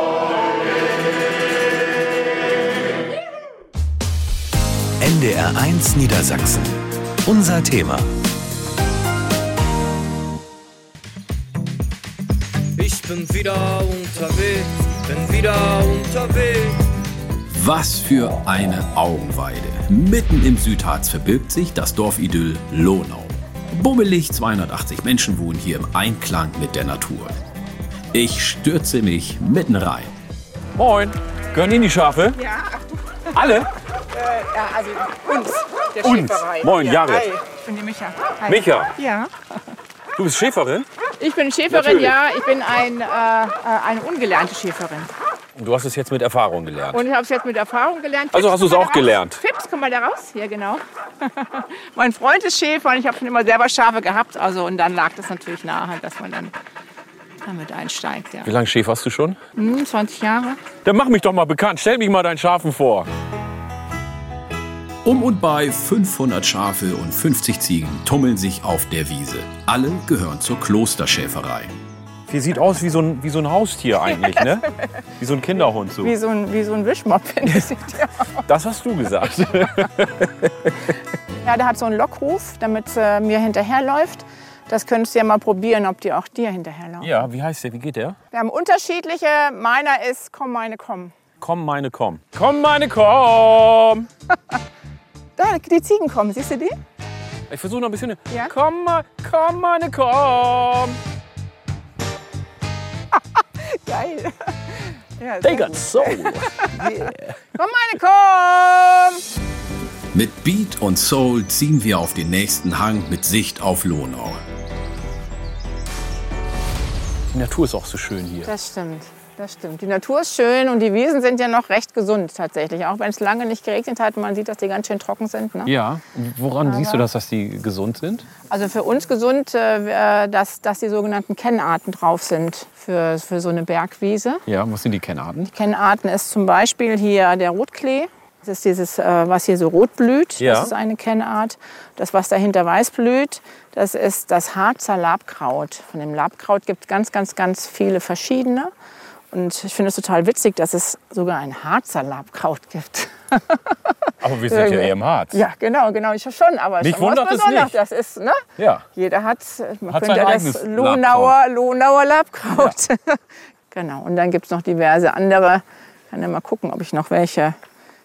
[SPEAKER 1] genau.
[SPEAKER 20] NDR1 Niedersachsen. Unser Thema.
[SPEAKER 10] Ich bin wieder unterwegs, bin wieder unterwegs.
[SPEAKER 4] Was für eine Augenweide. Mitten im Südharz verbirgt sich das Dorfidyll Lonau. Bummelig 280 Menschen wohnen hier im Einklang mit der Natur. Ich stürze mich mitten rein.
[SPEAKER 3] Moin. Gehören Ihnen die Schafe?
[SPEAKER 21] Ja, ach du.
[SPEAKER 3] Alle?
[SPEAKER 21] Äh, ja, also uns, der
[SPEAKER 3] Uns.
[SPEAKER 21] Schäferei.
[SPEAKER 3] Moin,
[SPEAKER 21] ja,
[SPEAKER 3] Jared.
[SPEAKER 21] Hi. Ich bin die Micha. Hi.
[SPEAKER 3] Micha?
[SPEAKER 21] Ja.
[SPEAKER 3] Du bist Schäferin?
[SPEAKER 21] Ich bin Schäferin,
[SPEAKER 3] Natürlich.
[SPEAKER 21] ja. Ich bin ein, äh, äh, eine ungelernte Schäferin.
[SPEAKER 3] Und du hast es jetzt mit Erfahrung gelernt.
[SPEAKER 21] Und ich habe es jetzt mit Erfahrung gelernt.
[SPEAKER 3] Also
[SPEAKER 21] Fips,
[SPEAKER 3] hast du's
[SPEAKER 21] komm mal
[SPEAKER 3] auch
[SPEAKER 21] da raus.
[SPEAKER 3] gelernt?
[SPEAKER 21] Fips, komm mal da raus. Ja, genau. [laughs] mein Freund ist Schäfer und ich habe schon immer selber Schafe gehabt. Also, und dann lag das natürlich nahe, dass man dann damit einsteigt. Ja.
[SPEAKER 3] Wie lange Schäferst du schon?
[SPEAKER 21] Hm, 20 Jahre.
[SPEAKER 3] Dann mach mich doch mal bekannt. Stell mich mal deinen Schafen vor.
[SPEAKER 4] Um und bei 500 Schafe und 50 Ziegen tummeln sich auf der Wiese. Alle gehören zur Klosterschäferei.
[SPEAKER 3] Hier sieht aus wie so ein, wie so ein Haustier eigentlich, ne? Wie so ein Kinderhund so.
[SPEAKER 21] Wie so ein, wie so ein Wischmopp, finde ich.
[SPEAKER 3] Das hast du gesagt.
[SPEAKER 21] Ja, der hat so einen Lockruf, damit äh, mir hinterherläuft. Das könntest du ja mal probieren, ob die auch dir hinterherlaufen.
[SPEAKER 3] ja, wie heißt der? Wie geht der?
[SPEAKER 21] Wir haben unterschiedliche. Meiner ist komm, meine komm.
[SPEAKER 3] Komm, meine, komm. Komm, meine, komm.
[SPEAKER 21] Da, die Ziegen kommen, siehst du die?
[SPEAKER 3] Ich versuche noch ein bisschen.
[SPEAKER 21] Ja.
[SPEAKER 3] Komm, mal- komm, meine, komm.
[SPEAKER 21] [laughs] Geil. Ja,
[SPEAKER 3] They
[SPEAKER 21] sehr
[SPEAKER 3] got
[SPEAKER 21] gut. [laughs]
[SPEAKER 3] soul.
[SPEAKER 21] Komm, meine komm.
[SPEAKER 4] Mit Beat und Soul ziehen wir auf den nächsten Hang mit Sicht auf Lonau.
[SPEAKER 3] Die Natur ist auch so schön hier.
[SPEAKER 21] Das stimmt. Das stimmt. Die Natur ist schön und die Wiesen sind ja noch recht gesund tatsächlich. Auch wenn es lange nicht geregnet hat, man sieht, dass die ganz schön trocken sind. Ne?
[SPEAKER 3] Ja, woran
[SPEAKER 21] Aber-
[SPEAKER 3] siehst du das, dass die gesund sind?
[SPEAKER 21] Also für uns gesund, äh, dass, dass die sogenannten Kennarten drauf sind für, für so eine Bergwiese.
[SPEAKER 3] Ja, was sind die Kennarten?
[SPEAKER 21] Kennarten ist zum Beispiel hier der Rotklee. Das ist dieses, äh, was hier so rot blüht.
[SPEAKER 3] Ja.
[SPEAKER 21] Das ist eine Kennart. Das, was dahinter weiß blüht, das ist das Harzer Labkraut. Von dem Labkraut gibt es ganz, ganz, ganz viele verschiedene. Und ich finde es total witzig, dass es sogar ein Harzer Labkraut gibt.
[SPEAKER 3] Aber wir
[SPEAKER 21] sind ja eher
[SPEAKER 3] im Harz.
[SPEAKER 21] Ja, genau, genau, ich schon. Aber
[SPEAKER 3] Mich
[SPEAKER 21] schon was
[SPEAKER 3] wundert es
[SPEAKER 21] Besonderes
[SPEAKER 3] nicht.
[SPEAKER 21] das ist, ne?
[SPEAKER 3] Ja.
[SPEAKER 21] Jeder hat, äh, man
[SPEAKER 3] Hat
[SPEAKER 21] könnte
[SPEAKER 3] sein
[SPEAKER 21] ja
[SPEAKER 3] eigenes
[SPEAKER 21] das Lonauer, Lonauer Labkraut. [laughs] genau. Und dann gibt es noch diverse andere. Ich kann ja mal gucken, ob ich noch welche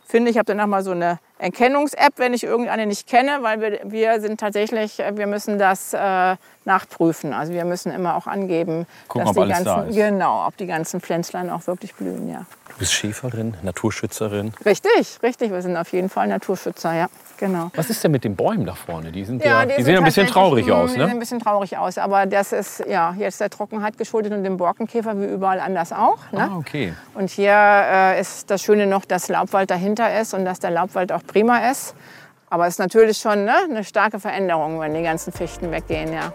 [SPEAKER 21] finde. Ich habe danach mal so eine Erkennungs-App, wenn ich irgendeine nicht kenne, weil wir, wir sind tatsächlich, äh, wir müssen das äh, nachprüfen. Also wir müssen immer auch angeben,
[SPEAKER 3] Gucken,
[SPEAKER 21] dass
[SPEAKER 3] ob
[SPEAKER 21] die
[SPEAKER 3] alles
[SPEAKER 21] ganzen,
[SPEAKER 3] da ist.
[SPEAKER 21] genau, ob die ganzen Pflänzlein auch wirklich blühen, ja.
[SPEAKER 3] Du bist Schäferin, Naturschützerin.
[SPEAKER 21] Richtig, richtig. Wir sind auf jeden Fall Naturschützer, ja, genau.
[SPEAKER 3] Was ist denn mit den Bäumen da vorne? Die, sind ja,
[SPEAKER 21] Ja,
[SPEAKER 3] die,
[SPEAKER 21] die
[SPEAKER 3] sehen
[SPEAKER 21] sind
[SPEAKER 3] ein bisschen
[SPEAKER 21] tatsächlich-
[SPEAKER 3] traurig
[SPEAKER 21] mh,
[SPEAKER 3] aus,
[SPEAKER 21] Die sehen ein
[SPEAKER 3] ne?
[SPEAKER 21] bisschen traurig aus, aber das ist ja jetzt der Trockenheit geschuldet und dem Borkenkäfer wie überall anders auch. Ne?
[SPEAKER 3] Ah, okay.
[SPEAKER 21] Und hier äh, ist das Schöne noch, dass Laubwald dahinter ist und dass der Laubwald auch prima ist. Aber es ist natürlich schon ne, eine starke Veränderung, wenn die ganzen Fichten weggehen. Ja.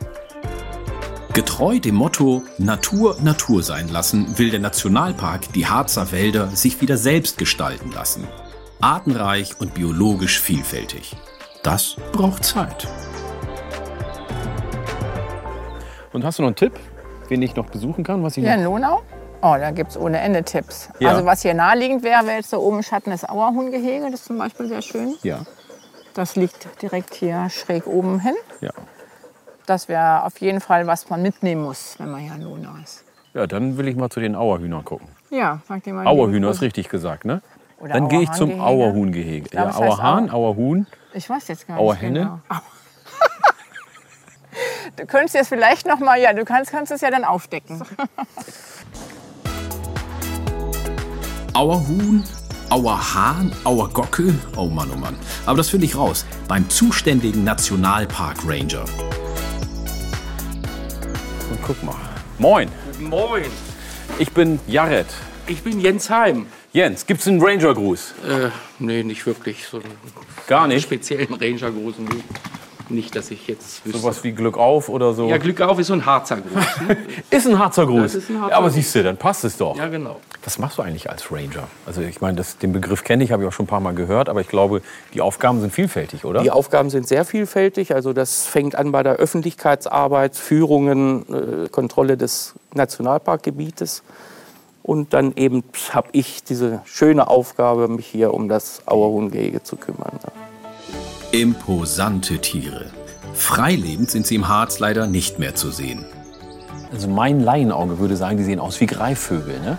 [SPEAKER 4] Getreu dem Motto Natur Natur sein lassen, will der Nationalpark die Harzer Wälder sich wieder selbst gestalten lassen. Artenreich und biologisch vielfältig. Das braucht Zeit.
[SPEAKER 3] Und hast du noch einen Tipp, wen ich noch besuchen kann? Was ich
[SPEAKER 21] Hier in
[SPEAKER 3] noch?
[SPEAKER 21] Lonau? Oh, da gibt es ohne Ende Tipps.
[SPEAKER 3] Ja.
[SPEAKER 21] Also was hier naheliegend wäre, wäre jetzt da oben im Schatten des Auerhuhngehege. Das ist zum Beispiel sehr schön.
[SPEAKER 3] Ja.
[SPEAKER 21] Das liegt direkt hier schräg oben hin.
[SPEAKER 3] Ja.
[SPEAKER 21] Das wäre auf jeden Fall, was man mitnehmen muss, wenn man hier in Lonau ist.
[SPEAKER 3] ja, dann will ich mal zu den Auerhühnern gucken.
[SPEAKER 21] Ja, sag dir mal.
[SPEAKER 3] Auerhühner ist richtig gesagt, ne?
[SPEAKER 21] Oder
[SPEAKER 3] Dann gehe ich zum
[SPEAKER 21] Auerhahn-Gehege.
[SPEAKER 3] Auerhuhn-Gehege.
[SPEAKER 21] Ich
[SPEAKER 3] Ja,
[SPEAKER 21] glaube, es heißt
[SPEAKER 3] Auerhahn, Auerhuhn.
[SPEAKER 21] Ich weiß jetzt gar nicht.
[SPEAKER 3] Auerhenne?
[SPEAKER 21] Genau. Du könntest jetzt vielleicht noch mal, ja, du kannst, kannst es ja dann aufdecken. genau.
[SPEAKER 4] Auerhuhn, Auerhahn, Auergockel. Oh Mann, oh Mann. Aber das finde ich raus. Beim zuständigen Nationalpark Ranger.
[SPEAKER 3] Und guck mal. Moin.
[SPEAKER 22] Moin,
[SPEAKER 3] Ich bin Jared.
[SPEAKER 22] ich bin Jens Heim.
[SPEAKER 3] Jens, gibt's einen Ranger-Gruß?
[SPEAKER 22] Äh, nee, nicht wirklich. So einen
[SPEAKER 3] Gar nicht.
[SPEAKER 22] speziellen Ranger-Gruß. nee. Nicht, dass ich jetzt wüsste.
[SPEAKER 3] Sowas wie Glück auf oder so.
[SPEAKER 22] Ja, Glück auf ist so ein Harzer
[SPEAKER 3] [laughs]
[SPEAKER 22] Gruß. ne?
[SPEAKER 3] Ist ein Harzer Gruß.
[SPEAKER 22] Das ist ein Harzer
[SPEAKER 3] ja, aber
[SPEAKER 22] Gruß.
[SPEAKER 3] siehst du, dann passt es doch.
[SPEAKER 22] ja, genau.
[SPEAKER 3] Was machst du eigentlich als Ranger? Also ich meine, das- den Begriff kenne ich, habe ich auch schon ein paar Mal gehört, aber ich glaube, die Aufgaben sind vielfältig, oder?
[SPEAKER 22] Die Aufgaben sind sehr vielfältig. Also das fängt an bei der Öffentlichkeitsarbeit, Führungen, äh, Kontrolle des Nationalparkgebietes. Und dann eben habe ich diese schöne Aufgabe, mich hier um das Auerhuhngehege zu kümmern.
[SPEAKER 4] Imposante Tiere. Freilebend sind sie im Harz leider nicht mehr zu sehen.
[SPEAKER 3] Also mein Laienauge würde sagen, die sehen aus wie Greifvögel, ne?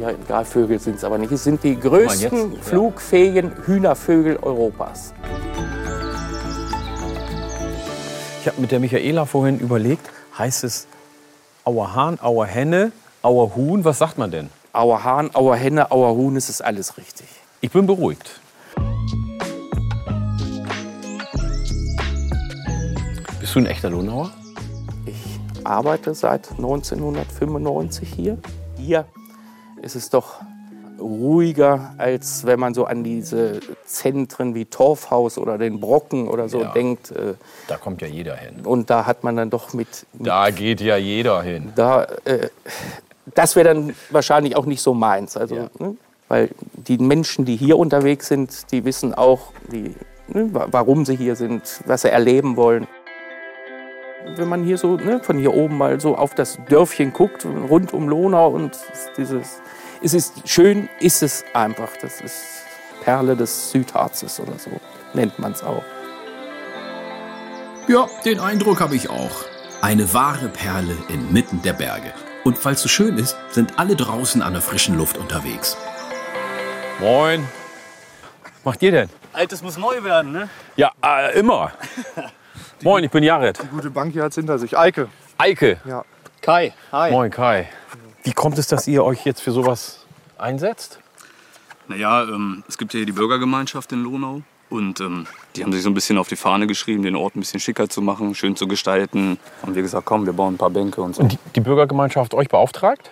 [SPEAKER 22] Ja, Greifvögel sind es aber nicht. Es sind die
[SPEAKER 3] mal, jetzt-
[SPEAKER 22] größten
[SPEAKER 3] ja.
[SPEAKER 22] flugfähigen Hühnervögel Europas.
[SPEAKER 3] Ich habe mit der Michaela vorhin überlegt, heißt es Auerhahn, Auerhenne, Auerhuhn, was sagt man denn?
[SPEAKER 22] Auerhahn, Auerhenne, Auerhuhn, es ist alles richtig.
[SPEAKER 3] Ich bin beruhigt. Bist du ein echter Lohnauer?
[SPEAKER 22] Ich arbeite seit 1995 hier. Hier ist es doch ruhiger, als wenn man so an diese Zentren wie Torfhaus oder den Brocken oder so
[SPEAKER 3] Ja.
[SPEAKER 22] denkt. äh,
[SPEAKER 3] Da kommt ja jeder hin.
[SPEAKER 22] Und da hat man dann doch mit,
[SPEAKER 3] Da geht ja jeder hin.
[SPEAKER 22] da, äh, das wäre dann wahrscheinlich auch nicht so meins. Also, ne? Weil die Menschen, die hier unterwegs sind, die wissen auch, die, ne, wa- warum sie hier sind, was sie erleben wollen. Wenn man hier so ne, von hier oben mal so auf das Dörfchen guckt, rund um Lonau und dieses, es ist schön, ist es einfach. Das ist Perle des Südharzes oder so, nennt man es auch.
[SPEAKER 4] Ja, den Eindruck habe ich auch. Eine wahre Perle inmitten der Berge. Und weil es so schön ist, sind alle draußen an der frischen Luft unterwegs.
[SPEAKER 3] Moin. Macht ihr denn?
[SPEAKER 23] Altes muss neu werden, ne?
[SPEAKER 3] Ja, äh, immer. Moin, ich bin Jared.
[SPEAKER 23] Die gute Bank hier hat hinter sich. Eike.
[SPEAKER 3] Eike.
[SPEAKER 23] Ja. Kai. Hi.
[SPEAKER 3] Moin, Kai. Wie kommt es, dass ihr euch jetzt für sowas einsetzt?
[SPEAKER 24] Naja, ähm, es gibt ja hier die Bürgergemeinschaft in Lonau. Und ähm, die haben sich so ein bisschen auf die Fahne geschrieben, den Ort ein bisschen schicker zu machen, schön zu gestalten. Haben wir gesagt, komm, wir bauen ein paar Bänke und so.
[SPEAKER 3] Und die, die Bürgergemeinschaft euch beauftragt?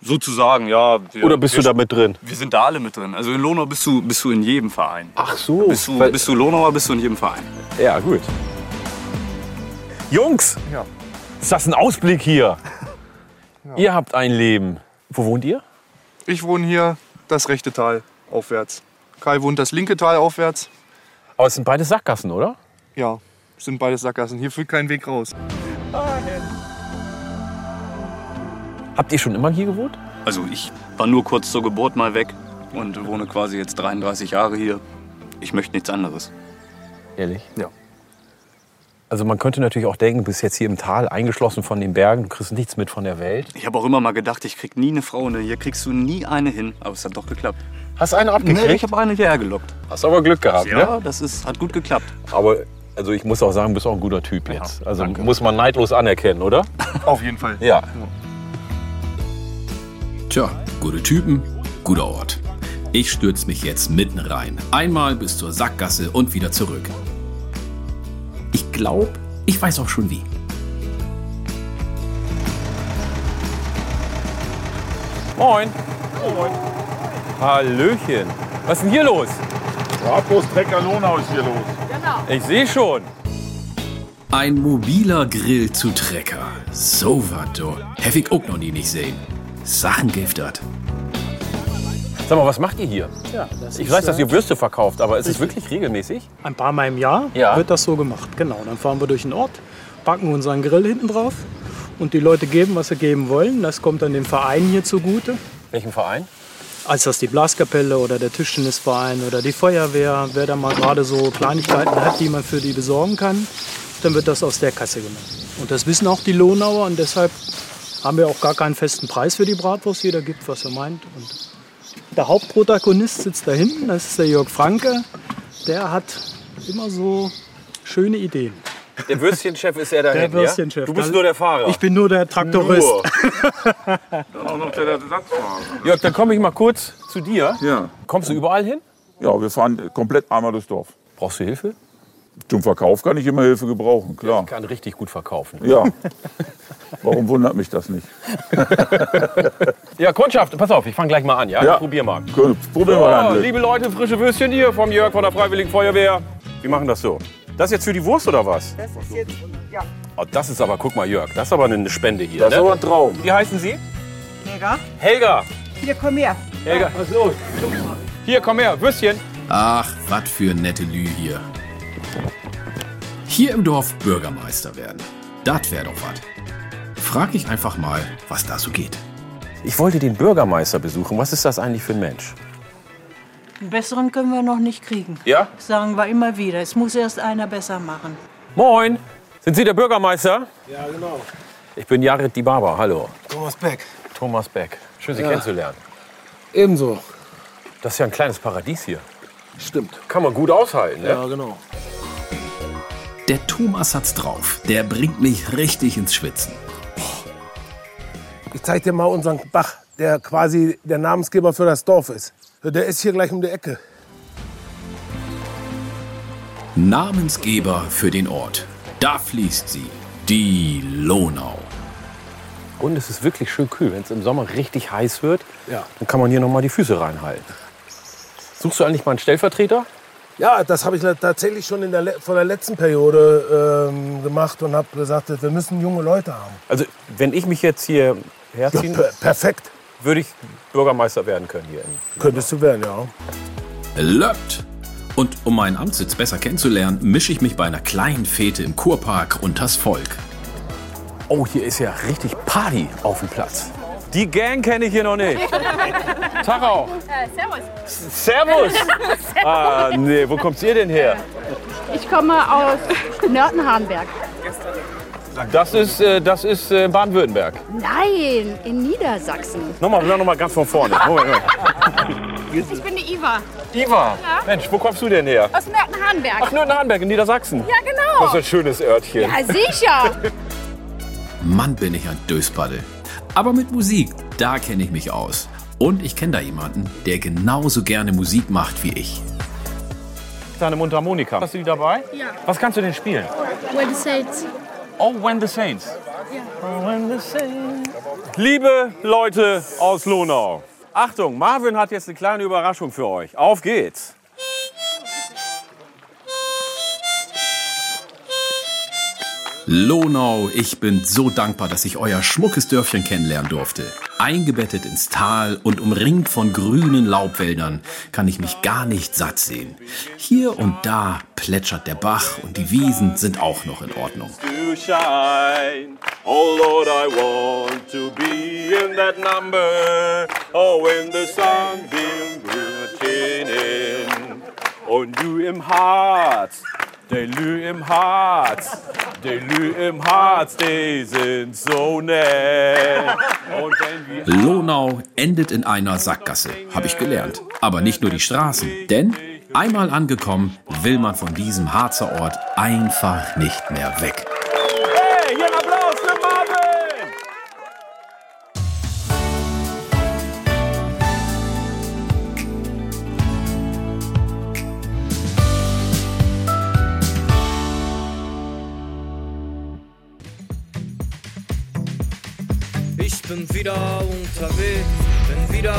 [SPEAKER 24] Sozusagen, ja. wir-
[SPEAKER 3] Oder bist
[SPEAKER 24] wir,
[SPEAKER 3] du da mit drin?
[SPEAKER 24] Wir sind da alle mit drin. Also in Lonau bist du, bist du in jedem Verein.
[SPEAKER 3] Ach so.
[SPEAKER 24] Bist du, bist du Lonauer, bist du in jedem Verein.
[SPEAKER 3] Ja, gut. Jungs,
[SPEAKER 23] Ja.
[SPEAKER 3] ist das ein Ausblick hier? Ihr habt ein Leben. Wo wohnt ihr?
[SPEAKER 23] Ich wohne hier das rechte Tal aufwärts. Kai wohnt das linke Tal aufwärts.
[SPEAKER 3] Aber es sind beide Sackgassen, oder?
[SPEAKER 23] Ja, sind beides Sackgassen. Hier führt kein Weg raus.
[SPEAKER 3] Habt ihr schon immer hier gewohnt?
[SPEAKER 24] Also ich war nur kurz zur Geburt mal weg und wohne quasi jetzt 33 Jahre hier. Ich möchte nichts anderes.
[SPEAKER 3] Ehrlich?
[SPEAKER 24] Ja.
[SPEAKER 3] Also man könnte natürlich auch denken, du bist jetzt hier im Tal, eingeschlossen von den Bergen, du kriegst nichts mit von der Welt.
[SPEAKER 24] Ich habe auch immer mal gedacht, ich krieg nie eine Frau. Ne? Hier kriegst du nie eine hin. Aber es hat doch geklappt.
[SPEAKER 3] Hast eine abgekriegt?
[SPEAKER 24] Nee, ich habe eine hierher gelockt.
[SPEAKER 3] Hast aber Glück gehabt,
[SPEAKER 24] Ja,
[SPEAKER 3] ne?
[SPEAKER 24] das ist, hat gut geklappt.
[SPEAKER 3] Aber also ich muss auch sagen, du bist auch ein guter Typ jetzt. also muss man neidlos anerkennen, oder?
[SPEAKER 23] Auf jeden Fall.
[SPEAKER 3] Ja.
[SPEAKER 4] Tja, gute Typen, guter Ort. Ich stürze mich jetzt mitten rein. Einmal bis zur Sackgasse und wieder zurück. Ich glaube, ich weiß auch schon wie.
[SPEAKER 3] Moin. Hallöchen. Was ist denn hier los?
[SPEAKER 25] Ratlos Trecker Lonau ist hier los.
[SPEAKER 3] Ich sehe schon.
[SPEAKER 4] Ein mobiler Grill zu Trecker. So was, du. Hab ich auch noch nie nicht sehen. Sachen giftert.
[SPEAKER 3] Sag mal, was macht ihr hier?
[SPEAKER 26] Ja, das
[SPEAKER 3] Ich
[SPEAKER 26] ist,
[SPEAKER 3] weiß, dass
[SPEAKER 26] äh,
[SPEAKER 3] ihr Würste verkauft, aber ist es wirklich regelmäßig?
[SPEAKER 26] Ein paar Mal im Jahr
[SPEAKER 3] äh, Ja.
[SPEAKER 26] wird das so gemacht. Genau, dann fahren wir durch den Ort, packen unseren Grill hinten drauf und die Leute geben, was sie geben wollen. Das kommt dann dem Verein hier zugute.
[SPEAKER 3] Welchen Verein?
[SPEAKER 26] Als das die Blaskapelle oder der Tischtennisverein oder die Feuerwehr, wer da mal gerade so Kleinigkeiten hat, die man für die besorgen kann, dann wird das aus der Kasse genommen. Und das wissen auch die Lohnauer und deshalb haben wir auch gar keinen festen Preis für die Bratwurst. Jeder gibt, was er meint. Und Der Hauptprotagonist sitzt da hinten, das ist der Jörg Franke. Der hat immer so schöne Ideen.
[SPEAKER 3] Der Würstchenchef ist er
[SPEAKER 26] [laughs]
[SPEAKER 3] da
[SPEAKER 26] Der
[SPEAKER 3] hinten,
[SPEAKER 26] Würstchenchef.
[SPEAKER 3] Ja? Du bist nur der Fahrer.
[SPEAKER 26] Ich bin nur der Traktorist. [laughs]
[SPEAKER 3] Nur.
[SPEAKER 15] Dann auch noch der Ersatzfahrer.
[SPEAKER 3] Jörg, dann komme ich mal kurz zu dir.
[SPEAKER 15] Ja.
[SPEAKER 3] Kommst du überall hin?
[SPEAKER 15] Ja, wir fahren komplett einmal durchs Dorf.
[SPEAKER 3] Brauchst du Hilfe?
[SPEAKER 15] Zum Verkauf kann ich immer Hilfe gebrauchen, klar.
[SPEAKER 3] Kann richtig gut verkaufen.
[SPEAKER 15] Ja. Warum wundert mich das nicht?
[SPEAKER 3] Ja, Kundschaft, pass auf, ich fange gleich mal an, ja?
[SPEAKER 15] Ja.
[SPEAKER 3] Probier mal.
[SPEAKER 15] Gut, probieren wir
[SPEAKER 3] So,
[SPEAKER 15] dann. Glück.
[SPEAKER 3] liebe Leute, frische Würstchen hier vom Jörg von der Freiwilligen Feuerwehr. Wir machen das so. Das jetzt für die Wurst oder was?
[SPEAKER 27] Das ist jetzt, ja,
[SPEAKER 3] Oh, das ist aber, guck mal, Jörg, das ist aber eine Spende hier.
[SPEAKER 15] Das ist
[SPEAKER 3] ne?
[SPEAKER 15] aber ein Traum.
[SPEAKER 3] Wie heißen Sie?
[SPEAKER 27] Helga,
[SPEAKER 3] Helga.
[SPEAKER 27] hier komm her.
[SPEAKER 3] Helga, was ist los? Hier, komm her, Würstchen.
[SPEAKER 28] Ach, was für nette Lü hier. Hier im Dorf Bürgermeister werden. Das wäre doch was. Frag ich einfach mal, was da so geht.
[SPEAKER 3] Ich wollte den Bürgermeister besuchen. Was ist das eigentlich für ein Mensch?
[SPEAKER 29] Einen besseren können wir noch nicht kriegen.
[SPEAKER 3] Ja?
[SPEAKER 29] Sagen wir immer wieder. Es muss erst einer besser machen.
[SPEAKER 3] Moin, sind Sie der Bürgermeister?
[SPEAKER 29] Ja, genau.
[SPEAKER 3] Ich bin Jared Di Baba, hallo.
[SPEAKER 20] Thomas Beck.
[SPEAKER 3] Thomas Beck. Schön, Sie
[SPEAKER 20] Ja.
[SPEAKER 3] kennenzulernen.
[SPEAKER 20] Ebenso.
[SPEAKER 3] Das ist ja ein kleines Paradies hier.
[SPEAKER 20] Stimmt.
[SPEAKER 3] Kann man gut aushalten, ne?
[SPEAKER 20] Ja, genau.
[SPEAKER 28] Der Thomas hat's drauf. Der bringt mich richtig ins Schwitzen.
[SPEAKER 20] Ich zeig dir mal unseren Bach, der quasi der Namensgeber für das Dorf ist. Der ist hier gleich um die Ecke.
[SPEAKER 28] Namensgeber für den Ort. Da fließt sie. Die Lonau.
[SPEAKER 3] Und es ist wirklich schön kühl. Wenn es im Sommer richtig heiß wird,
[SPEAKER 20] Ja.
[SPEAKER 3] dann kann man hier noch mal die Füße reinhalten. Suchst du eigentlich mal einen Stellvertreter?
[SPEAKER 20] Ja, das habe ich le- tatsächlich schon in der, le- vor der letzten Periode ähm, gemacht und habe gesagt, wir müssen junge Leute haben.
[SPEAKER 3] Also, wenn ich mich jetzt hier herziehen,
[SPEAKER 20] Ja, [laughs] per- perfekt.
[SPEAKER 3] würde ich Bürgermeister werden können hier. In
[SPEAKER 20] Könntest du werden, ja.
[SPEAKER 28] Löppt! Und um meinen Amtssitz besser kennenzulernen, mische ich mich bei einer kleinen Fete im Kurpark unters Volk.
[SPEAKER 3] oh, hier ist ja richtig Party auf dem Platz. Die Gang kenne ich hier noch
[SPEAKER 13] [laughs]
[SPEAKER 3] nicht. Tag auch.
[SPEAKER 13] Äh, servus. [laughs]
[SPEAKER 3] Servus! Ah, nee, wo kommt ihr denn her?
[SPEAKER 13] Ich komme aus Nörten-Hardenberg.
[SPEAKER 3] Das ist, äh, das ist äh, Baden-Württemberg.
[SPEAKER 13] Nein, in Niedersachsen.
[SPEAKER 3] Nochmal, nochmal ganz von vorne. Moment, Moment.
[SPEAKER 13] Ich bin die Iva.
[SPEAKER 3] Iva,
[SPEAKER 13] Ja.
[SPEAKER 3] Mensch, wo kommst du denn her?
[SPEAKER 13] Aus Nörten-Hardenberg.
[SPEAKER 3] Ach, nur in Hardenberg, in Niedersachsen.
[SPEAKER 13] Ja,
[SPEAKER 3] Das ist ein
[SPEAKER 13] genau.
[SPEAKER 3] schönes Örtchen.
[SPEAKER 13] Ja, sicher.
[SPEAKER 28] Mann, bin ich ein Dösbaddel. Aber mit Musik, da kenne ich mich aus. Und ich kenne da jemanden, der genauso gerne Musik macht wie ich.
[SPEAKER 26] [laughs]
[SPEAKER 3] Deine Mundharmonika. Hast du die dabei?
[SPEAKER 13] Ja.
[SPEAKER 3] Was kannst du denn spielen?
[SPEAKER 13] Where the Saints.
[SPEAKER 3] Oh, When the Saints. Oh, Liebe Leute aus Lonau, Achtung, Marvin hat jetzt eine kleine Überraschung für euch. Auf geht's.
[SPEAKER 28] Lonau, ich bin so dankbar, dass ich euer schmuckes Dörfchen kennenlernen durfte. Eingebettet ins Tal und umringt von grünen Laubwäldern kann ich mich gar nicht satt sehen. Hier und da plätschert der Bach und die Wiesen sind auch noch in Ordnung.
[SPEAKER 10] to shine. Oh Lord, I want to be in that number. Oh, when the sunbeam bringt in. Oh, Und du im Harz, die Lü im Harz, die Lü im Harz, die sind so
[SPEAKER 3] Äh,
[SPEAKER 10] nett. Und wenn wir
[SPEAKER 28] Lonau endet in einer Sackgasse, habe ich gelernt. Aber nicht nur die Straßen, denn einmal angekommen, will man von diesem Harzer Ort einfach nicht mehr weg.
[SPEAKER 10] Hey, hier ein Applaus für Marvin! Ich bin wieder unterwegs, bin wieder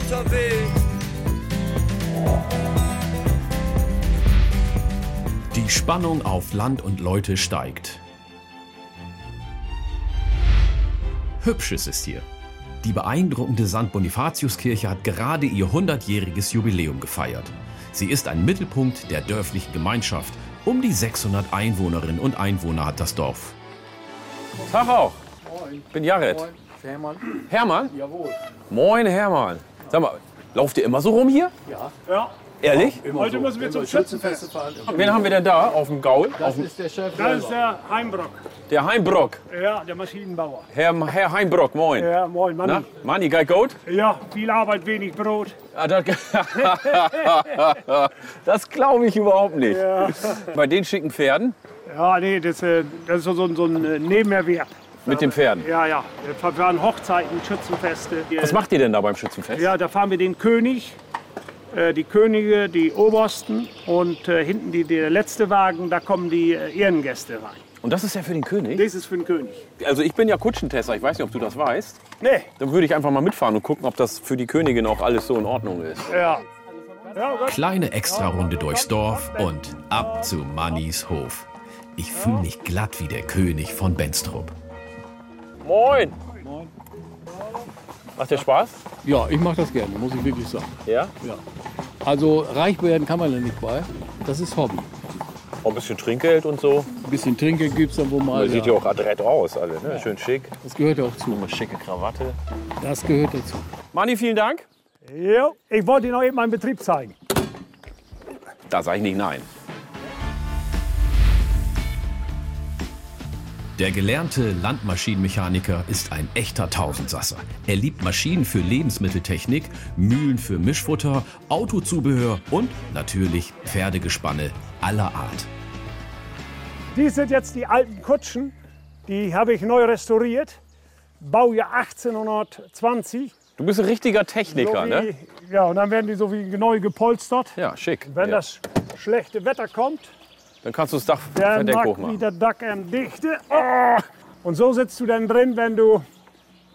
[SPEAKER 10] unterwegs.
[SPEAKER 28] Die Spannung auf Land und Leute steigt. Hübsch ist es hier. Die beeindruckende St. Bonifatiuskirche hat gerade ihr 100-jähriges Jubiläum gefeiert. Sie ist ein Mittelpunkt der dörflichen Gemeinschaft. Um die 600 Einwohnerinnen und Einwohner hat das Dorf.
[SPEAKER 3] Tag auch. Bin Jared.
[SPEAKER 30] Hermann.
[SPEAKER 3] Hermann?
[SPEAKER 30] Jawohl.
[SPEAKER 3] Moin, Hermann. Sag mal, lauft ihr immer so rum hier?
[SPEAKER 30] Ja. Ja.
[SPEAKER 3] Ehrlich?
[SPEAKER 31] Heute müssen wir zum Schützenfest.
[SPEAKER 3] Wen haben wir denn da auf dem Gaul? auf dem,
[SPEAKER 31] der Chef. Das ist der Heimbrock.
[SPEAKER 3] der Heimbrock.
[SPEAKER 31] Ja, der Maschinenbauer.
[SPEAKER 3] Herr, Herr Heimbrock, moin.
[SPEAKER 31] Ja, moin, Manni.
[SPEAKER 3] Na, Manni, geil gut?
[SPEAKER 31] Ja, viel Arbeit, wenig Brot.
[SPEAKER 3] Ah, das das glaube ich überhaupt nicht.
[SPEAKER 31] Ja.
[SPEAKER 3] Bei den schicken Pferden
[SPEAKER 31] Ja, nee, das, äh, das ist so, ein- so ein äh, Nebenerwerb.
[SPEAKER 3] mit den Pferden.
[SPEAKER 31] Ja, ja. Wir fahren Hochzeiten, Schützenfeste.
[SPEAKER 3] [laughs]
[SPEAKER 31] Äh,
[SPEAKER 3] Was macht ihr denn da beim Schützenfest?
[SPEAKER 31] Ja, da fahren wir den König, äh, die Könige, die Obersten und äh, hinten die, der letzte Wagen, da kommen die äh, Ehrengäste rein.
[SPEAKER 3] Und das ist ja für den König?
[SPEAKER 31] Das ist für den König.
[SPEAKER 3] Also ich bin ja Kutschentester, ich weiß nicht, ob du das weißt.
[SPEAKER 31] Nee.
[SPEAKER 3] Dann würde ich einfach mal mitfahren und gucken, ob das für die Königin auch alles so in Ordnung ist.
[SPEAKER 31] Ja.
[SPEAKER 4] Kleine Extrarunde durchs Dorf und ab zu Mannis Hof. Ich fühle mich glatt wie der König von Benstrup.
[SPEAKER 3] Moin! Macht dir Spaß?
[SPEAKER 1] Ja, ich mache das gerne, muss ich wirklich sagen.
[SPEAKER 3] Ja?
[SPEAKER 1] Ja. Also reich werden kann man da nicht bei. Das ist Hobby.
[SPEAKER 3] Auch ein bisschen Trinkgeld und so.
[SPEAKER 1] Ein bisschen Trinkgeld gibt es dann wohl mal.
[SPEAKER 3] Das sieht ja auch adrett aus, alle. Ne? Schön schick.
[SPEAKER 1] Das gehört ja auch zu. Eine
[SPEAKER 3] schicke Krawatte.
[SPEAKER 1] Das gehört dazu.
[SPEAKER 3] Manni, vielen Dank.
[SPEAKER 31] Ja, ich wollte Ihnen noch eben meinen Betrieb zeigen.
[SPEAKER 3] Da sage ich nicht nein.
[SPEAKER 4] Der gelernte Landmaschinenmechaniker ist ein echter Tausendsasser. Er liebt Maschinen für Lebensmitteltechnik, Mühlen für Mischfutter, Autozubehör und natürlich Pferdegespanne aller Art.
[SPEAKER 31] Dies sind jetzt die alten Kutschen. Die habe ich neu restauriert. Baujahr 1820.
[SPEAKER 3] Du bist ein richtiger Techniker,
[SPEAKER 31] so wie,
[SPEAKER 3] ne?
[SPEAKER 31] Ja, und dann werden die so wie neu gepolstert.
[SPEAKER 3] Ja, schick.
[SPEAKER 31] Wenn
[SPEAKER 3] ja.
[SPEAKER 31] das schlechte Wetter kommt,
[SPEAKER 3] Dann kannst du das Dach
[SPEAKER 31] der
[SPEAKER 3] Verdeck
[SPEAKER 31] Mack
[SPEAKER 3] hochmachen.
[SPEAKER 31] wieder Dack am Dichte. Oh! Und so sitzt du dann drin, wenn du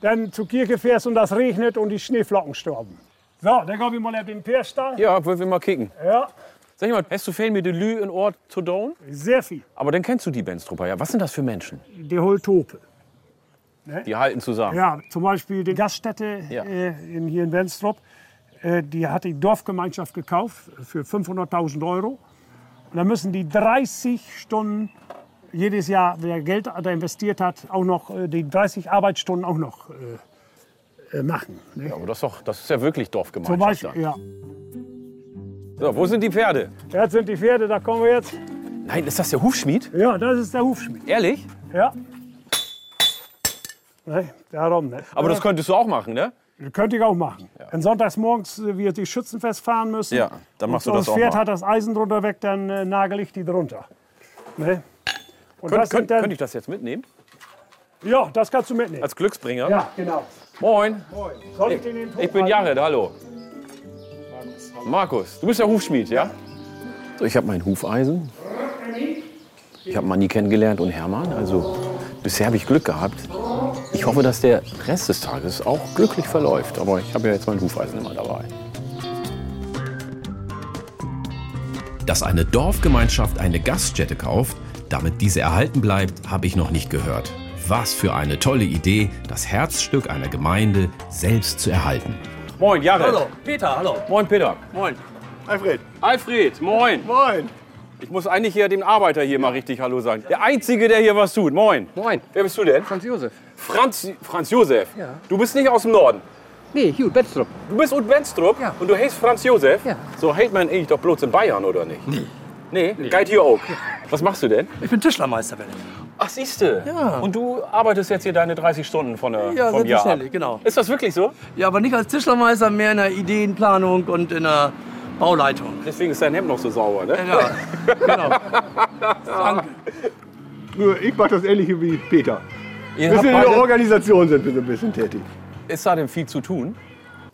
[SPEAKER 31] dann zur Kirche fährst und das regnet und die Schneeflocken sterben. So, dann kommen wir mal auf den Pärstall.
[SPEAKER 3] Ja, wollen wir mal kicken.
[SPEAKER 31] Ja.
[SPEAKER 3] Sag mal, hast du viel mit Delü in Ort zu Down?
[SPEAKER 31] Sehr viel.
[SPEAKER 3] Aber dann kennst du die Benstrupper ja. Was sind das für Menschen?
[SPEAKER 31] Die Holtope.
[SPEAKER 3] Die halten zusammen.
[SPEAKER 31] Ne? Ja, zum Beispiel die Gaststätte
[SPEAKER 3] Ja.
[SPEAKER 31] äh, in, hier in Wenstrop, äh, die hat die Dorfgemeinschaft gekauft für 500.000 Euro. Und da müssen die 30 Stunden jedes Jahr, wer Geld da investiert hat, auch noch äh, die 30 Arbeitsstunden auch noch äh, äh, machen.
[SPEAKER 3] Ja, aber das ist, doch, das ist ja wirklich Dorfgemeinschaft.
[SPEAKER 31] Zum Beispiel,
[SPEAKER 3] dann.
[SPEAKER 31] ja.
[SPEAKER 3] So, wo sind die Pferde?
[SPEAKER 31] Jetzt sind die Pferde, da kommen wir jetzt.
[SPEAKER 3] Nein, ist das der Hufschmied?
[SPEAKER 31] Ja, das ist der Hufschmied.
[SPEAKER 3] Ehrlich?
[SPEAKER 31] Ja. Ne, darum, ne?
[SPEAKER 3] Aber das könntest du auch machen, ne?
[SPEAKER 31] Könnte ich auch machen. Wenn sonntags morgens äh, wir die Schützenfest fahren müssen,
[SPEAKER 3] Ja, dann machst
[SPEAKER 31] und
[SPEAKER 3] du das
[SPEAKER 31] das
[SPEAKER 3] auch
[SPEAKER 31] Pferd
[SPEAKER 3] mal.
[SPEAKER 31] hat das Eisen drunter weg, dann äh, nagel ich die drunter. Ne? Und
[SPEAKER 3] Könnt,
[SPEAKER 31] das sind
[SPEAKER 3] könnt,
[SPEAKER 31] dann-
[SPEAKER 3] könnte ich das jetzt mitnehmen?
[SPEAKER 31] Ja, das kannst du mitnehmen.
[SPEAKER 3] Als Glücksbringer?
[SPEAKER 31] Ja, genau.
[SPEAKER 3] Moin.
[SPEAKER 31] Moin. Soll ich den in den Topf
[SPEAKER 3] Ich bin
[SPEAKER 31] halten?
[SPEAKER 3] Jared, hallo. Markus, du bist der Hufschmied, ja? So, ich habe mein Hufeisen. Ich habe Manni kennengelernt und Hermann. Also bisher habe ich Glück gehabt. Ich hoffe, dass der Rest des Tages auch glücklich verläuft. Aber ich habe ja jetzt mein Hufeisen immer dabei.
[SPEAKER 4] Dass eine Dorfgemeinschaft eine Gaststätte kauft, damit diese erhalten bleibt, habe ich noch nicht gehört. Was für eine tolle Idee, das Herzstück einer Gemeinde selbst zu erhalten.
[SPEAKER 3] Moin, Jared.
[SPEAKER 4] Hallo,
[SPEAKER 3] Peter, hallo. Moin, Peter. Moin. Alfred. Alfred, moin. Moin. Ich muss eigentlich hier dem Arbeiter hier mal richtig Hallo sagen. Der Einzige, der hier was tut. Moin. Moin. Wer bist du denn? Franz Josef. Franz, Franz Josef?
[SPEAKER 14] Ja.
[SPEAKER 3] Du bist nicht aus dem Norden? Nee, hier, Benstrup. Du bist aus Benstrup? Ja. Und du heißt Franz Josef? Ja. So heilt man eigentlich doch bloß in Bayern, oder nicht? Nee. Nee? Geit hier auch. Was machst du denn? Ich bin Tischlermeister, bin ich. Ach, siehste. Ja. Und du arbeitest jetzt hier deine 30 Stunden von
[SPEAKER 14] Ja,
[SPEAKER 3] der, vom Jahr ab.
[SPEAKER 14] selbstverständlich, genau.
[SPEAKER 3] Ist das wirklich so?
[SPEAKER 14] Ja, aber nicht als Tischlermeister, mehr in der Ideenplanung und in der Bauleitung.
[SPEAKER 3] Deswegen ist dein Hemd noch so sauber, ne?
[SPEAKER 14] Ja,
[SPEAKER 13] Nur ich mache das ähnliche wie Peter.
[SPEAKER 3] Ihr
[SPEAKER 13] Wir sind in
[SPEAKER 3] habt
[SPEAKER 13] der
[SPEAKER 3] beide-
[SPEAKER 13] Organisation sind wir so ein bisschen tätig.
[SPEAKER 3] Ist da denn viel zu tun?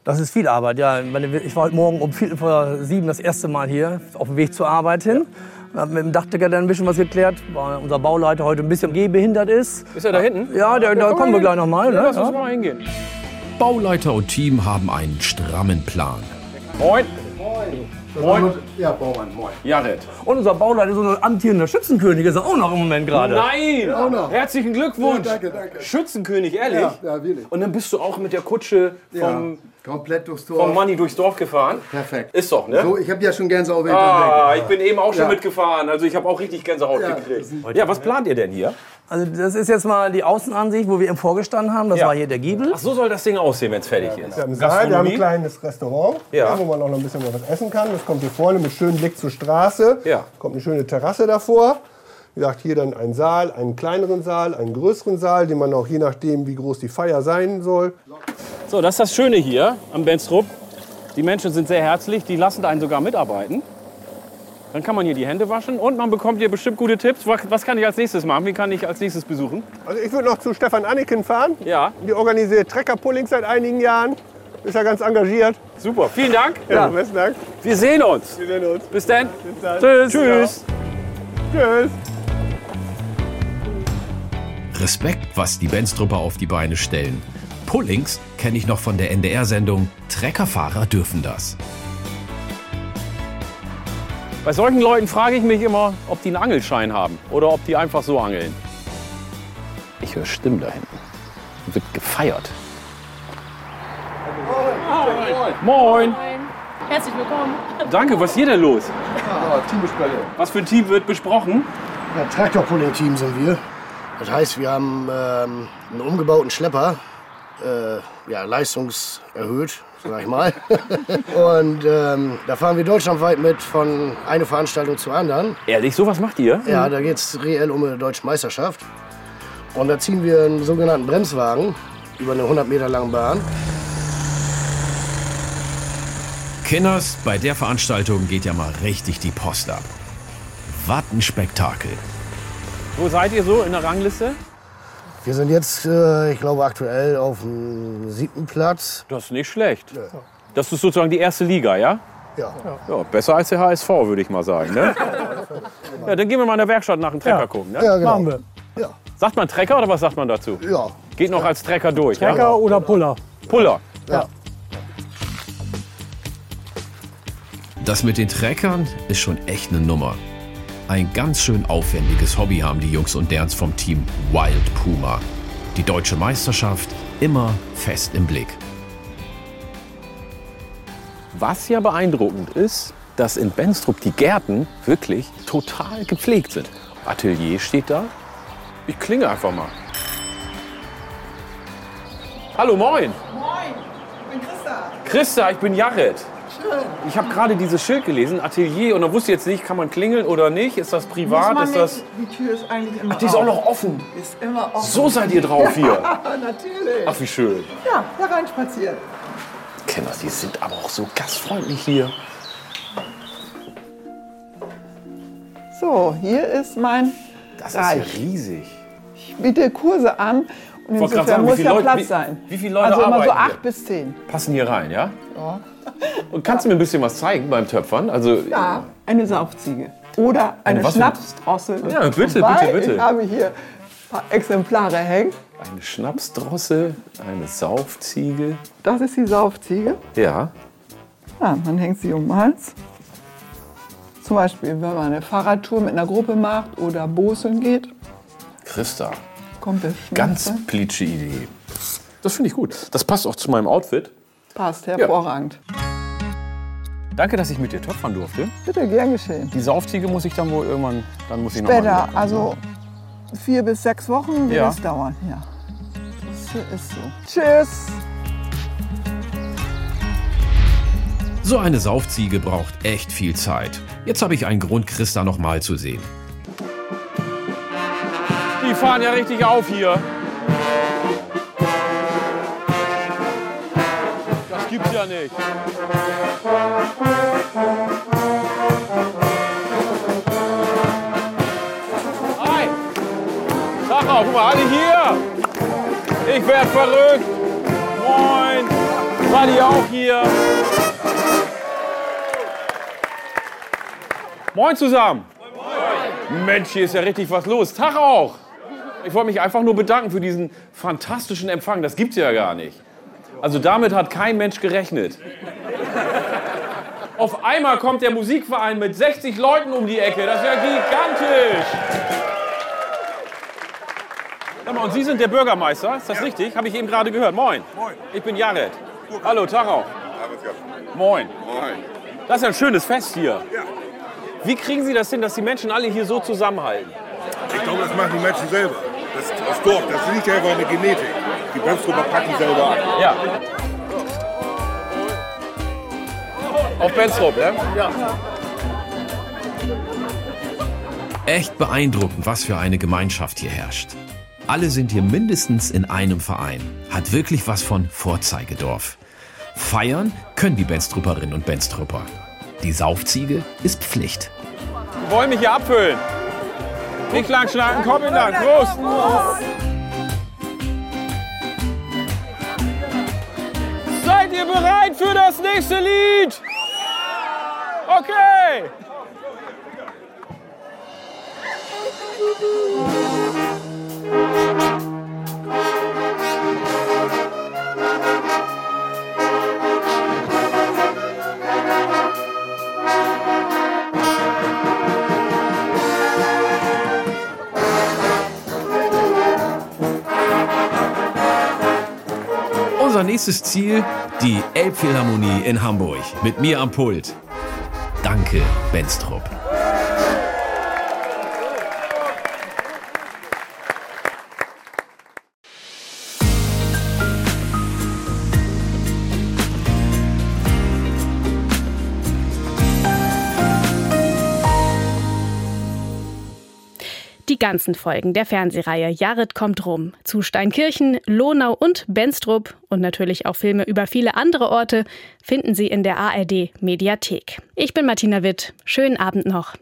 [SPEAKER 14] Das ist viel Arbeit, ja. Ich meine, Ich war heute Morgen um Viertel vor sieben das erste Mal hier auf dem Weg zur Arbeit hin. Wir haben mit dem Dachdecker dann ein bisschen was geklärt, weil unser Bauleiter heute ein bisschen gehbehindert ist.
[SPEAKER 3] Ist er da hinten?
[SPEAKER 14] Ja, der, da kommen wir gleich noch mal. Ne?
[SPEAKER 3] Lass uns mal hingehen.
[SPEAKER 4] Bauleiter und Team haben einen strammen Plan.
[SPEAKER 3] Moin.
[SPEAKER 14] Moin.
[SPEAKER 13] Ja, Baumann, moin.
[SPEAKER 3] Jared.
[SPEAKER 14] Und unser Bauleiter ist unser amtierender Schützenkönig, ist er auch noch im Moment gerade.
[SPEAKER 3] Nein!
[SPEAKER 14] Auch noch.
[SPEAKER 3] Herzlichen Glückwunsch!
[SPEAKER 14] Ja, danke,
[SPEAKER 3] Schützenkönig, ehrlich?
[SPEAKER 14] Ja,
[SPEAKER 3] wirklich. Und dann bist du auch mit der Kutsche vom,
[SPEAKER 13] komplett durchs Dorf.
[SPEAKER 3] vom Manni durchs Dorf gefahren?
[SPEAKER 13] Perfekt.
[SPEAKER 3] Ist doch, ne?
[SPEAKER 13] So, ich habe ja schon Gänsehaut. wenn ich dran
[SPEAKER 3] ah,
[SPEAKER 13] denke.
[SPEAKER 3] ich bin eben auch schon
[SPEAKER 13] ja.
[SPEAKER 3] mitgefahren, also ich habe auch richtig Gänsehaut
[SPEAKER 13] Ja.
[SPEAKER 3] gekriegt. Ja, was plant ihr denn hier?
[SPEAKER 32] Also das ist jetzt mal die Außenansicht, wo wir eben vorgestanden haben. Das
[SPEAKER 3] Ja.
[SPEAKER 32] war hier der Giebel.
[SPEAKER 3] Ach, so soll das Ding aussehen, wenn es fertig
[SPEAKER 32] genau.
[SPEAKER 3] ist.
[SPEAKER 23] Wir haben ein
[SPEAKER 3] Gastronomie?
[SPEAKER 23] kleines Restaurant,
[SPEAKER 3] Ja.
[SPEAKER 23] wo man auch noch ein bisschen was essen kann. Das kommt hier vorne mit schönem Blick zur Straße.
[SPEAKER 3] Ja.
[SPEAKER 23] Kommt eine schöne Terrasse davor. Wie gesagt, hier dann ein Saal, einen kleineren Saal, einen größeren Saal, den man auch je nachdem, wie groß die Feier sein soll.
[SPEAKER 3] So, das ist das Schöne hier am Benstrup. Die Menschen sind sehr herzlich, die lassen einen sogar mitarbeiten. Dann kann man hier die Hände waschen und man bekommt hier bestimmt gute Tipps. Was was kann ich als nächstes machen? Wie kann ich als nächstes besuchen?
[SPEAKER 23] Also ich würde noch zu Stefan Anneken fahren.
[SPEAKER 3] Ja.
[SPEAKER 23] Die organisiert Trecker-Pulling seit einigen Jahren. Ist ja ganz engagiert.
[SPEAKER 3] Super, vielen Dank.
[SPEAKER 23] Ja, besten Dank.
[SPEAKER 3] Wir sehen uns.
[SPEAKER 23] Wir sehen uns.
[SPEAKER 3] Bis dann.
[SPEAKER 23] Bis dann.
[SPEAKER 3] Tschüss.
[SPEAKER 23] Tschüss. Tschüss.
[SPEAKER 33] Respekt, was die Benstrupper auf die Beine stellen. Pullings kenne ich noch von der NDR-Sendung Treckerfahrer dürfen das.
[SPEAKER 3] Bei solchen Leuten frage ich mich immer, ob die einen Angelschein haben oder ob die einfach so angeln.
[SPEAKER 34] Ich höre Stimmen da hinten. Wird gefeiert.
[SPEAKER 3] Moin.
[SPEAKER 10] Herzlich willkommen.
[SPEAKER 3] Danke, was ist hier denn los?
[SPEAKER 10] Teambesprechung.
[SPEAKER 3] Was für ein Team wird besprochen?
[SPEAKER 17] Ja, Traktorpulling-Team sind wir. Das heißt, wir haben ähm, einen umgebauten Schlepper, äh, ja, leistungserhöht, sag ich mal. [laughs] Und ähm, da fahren wir deutschlandweit mit von einer Veranstaltung zur anderen.
[SPEAKER 3] Ehrlich, sowas macht ihr?
[SPEAKER 33] Hm.
[SPEAKER 17] Ja, da geht es reell um eine deutsche Meisterschaft. Und da ziehen wir einen sogenannten Bremswagen über eine 100 Meter lange Bahn.
[SPEAKER 33] Kinners, bei der Veranstaltung geht ja mal richtig die Post ab. Was ein Spektakel.
[SPEAKER 3] Wo seid ihr so in der Rangliste?
[SPEAKER 17] Wir sind jetzt, äh, ich glaube, aktuell auf dem siebten Platz.
[SPEAKER 3] Das ist nicht schlecht. Das ist sozusagen die erste Liga, ja?
[SPEAKER 17] Ja.
[SPEAKER 3] Ja, besser als der HSV, würde ich mal sagen.
[SPEAKER 17] [laughs]
[SPEAKER 3] Ne? ja, dann gehen wir mal in der Werkstatt nach dem Trecker gucken. Ne?
[SPEAKER 17] Ja, genau. Machen
[SPEAKER 3] wir. Sagt man Trecker oder was sagt man dazu?
[SPEAKER 17] Ja.
[SPEAKER 3] Geht noch als Trecker durch.
[SPEAKER 17] Trecker
[SPEAKER 3] oder Puller? Puller.
[SPEAKER 17] Ja.
[SPEAKER 33] Das mit den Treckern ist schon echt eine Nummer. Ein ganz schön aufwendiges Hobby haben die Jungs und Derns vom Team Wild Puma. Die deutsche Meisterschaft immer fest im Blick.
[SPEAKER 3] Was ja beeindruckend ist, dass in Benstrup die Gärten wirklich total gepflegt sind. Atelier steht da. Ich klinge einfach mal. Hallo, moin.
[SPEAKER 35] Moin, ich bin Christa.
[SPEAKER 3] Christa, ich bin Jared.
[SPEAKER 35] Schön.
[SPEAKER 3] Ich habe gerade dieses Schild gelesen, Atelier, und da wusste ich jetzt nicht, kann man klingeln oder nicht? Ist das privat?
[SPEAKER 35] Muss man
[SPEAKER 3] Ist das.
[SPEAKER 35] nicht- Oh. die Tür ist eigentlich immer
[SPEAKER 3] Ach, die ist auch noch offen.
[SPEAKER 35] Ist immer offen.
[SPEAKER 3] So seid ihr drauf hier.
[SPEAKER 35] [laughs] Ja, natürlich.
[SPEAKER 3] Ach, wie schön.
[SPEAKER 35] Ja, da rein spazieren.
[SPEAKER 3] Kenner, die sind aber auch so gastfreundlich hier.
[SPEAKER 35] So, hier ist mein
[SPEAKER 3] Das
[SPEAKER 35] Reich.
[SPEAKER 3] ist ja riesig.
[SPEAKER 35] Ich biete Kurse an und
[SPEAKER 3] Wollte gerade
[SPEAKER 35] insofern
[SPEAKER 3] sagen, wie
[SPEAKER 35] muss
[SPEAKER 3] viele
[SPEAKER 35] ja
[SPEAKER 3] Leute-
[SPEAKER 35] Platz
[SPEAKER 3] wie-
[SPEAKER 35] sein.
[SPEAKER 3] wie viele Leute
[SPEAKER 35] Also immer so
[SPEAKER 3] arbeiten hier?
[SPEAKER 35] acht bis zehn.
[SPEAKER 3] Passen hier rein, ja?
[SPEAKER 35] Ja.
[SPEAKER 3] Und kannst du mir ein bisschen was zeigen beim Töpfern? Also,
[SPEAKER 35] Ja, eine Saufziege. Oder eine,
[SPEAKER 3] Eine was für-
[SPEAKER 35] Schnapsdrossel.
[SPEAKER 3] Ja, bitte,
[SPEAKER 35] Wobei,
[SPEAKER 3] bitte, bitte.
[SPEAKER 35] Ich habe hier ein paar Exemplare hängen.
[SPEAKER 3] eine Schnapsdrossel, eine Saufziege.
[SPEAKER 35] Das ist die Saufziege.
[SPEAKER 3] Ja.
[SPEAKER 35] Ja, man hängt sie um den Hals. Zum Beispiel, wenn man eine Fahrradtour mit einer Gruppe macht oder Boseln geht,
[SPEAKER 3] Christa,
[SPEAKER 35] kommt der Schnaps
[SPEAKER 3] ganz
[SPEAKER 35] rein.
[SPEAKER 3] plitsche Idee. Das finde ich gut. Das passt auch zu meinem Outfit.
[SPEAKER 35] Passt hervorragend.
[SPEAKER 3] Danke, dass ich mit dir töpfern durfte.
[SPEAKER 35] Bitte, gern geschehen.
[SPEAKER 3] Die Saufziege muss ich dann wohl irgendwann, dann muss ich noch mal-
[SPEAKER 35] Später, also vier bis sechs Wochen wird
[SPEAKER 3] Genau. Ja.
[SPEAKER 35] es dauern. Ja. Das ist so. Tschüss.
[SPEAKER 33] So eine Saufziege braucht echt viel Zeit. Jetzt habe ich einen Grund, Christa nochmal zu sehen.
[SPEAKER 3] Die fahren ja richtig auf hier. Das gibt's ja nicht. Hi! Sag mal, guck mal, alle hier! Ich werd verrückt! Moin! Seid ihr auch hier? Moin zusammen! Mensch, hier ist ja richtig was los. Tag auch! Ich wollte mich einfach nur bedanken für diesen fantastischen Empfang. Das gibt's ja gar nicht. Also damit hat kein Mensch gerechnet. Auf einmal kommt der Musikverein mit 60 Leuten um die Ecke. Das ist ja gigantisch. Sag mal, und Sie sind der Bürgermeister, ist das richtig? Habe ich eben gerade gehört. Moin. Moin. Ich bin Jared. Hallo, Tarau. Moin. Moin. Das ist ja ein schönes Fest hier. Ja. Wie kriegen Sie das hin, dass die Menschen alle hier so zusammenhalten?
[SPEAKER 36] Ich glaube, das machen die Menschen selber.
[SPEAKER 20] Das, das Dorf, das liegt ja einfach in der Genetik. Die Bremsgruppe packen selber an.
[SPEAKER 10] Ja. Auf Benstrop, ne? Ja.
[SPEAKER 3] Echt beeindruckend, was für eine Gemeinschaft hier herrscht. Alle sind hier mindestens in einem Verein. Hat wirklich was von Vorzeigedorf. Feiern können die Benstrupperinnen und Benstrupper. Die Saufziege ist Pflicht.
[SPEAKER 10] Die wollen mich hier abfüllen. Nicht lang schnacken, komm in dann. Prost! Seid ihr bereit für das nächste Lied? Okay!
[SPEAKER 3] Unser nächstes Ziel, die Elbphilharmonie in Hamburg. Mit mir am Pult. Danke, Benstrup.
[SPEAKER 2] Die ganzen Folgen der Fernsehreihe Jared kommt rum zu Steinkirchen, Lohnau und Benstrup und natürlich auch Filme über viele andere Orte finden Sie in der ARD Mediathek. Ich bin Martina Witt. Schönen Abend noch.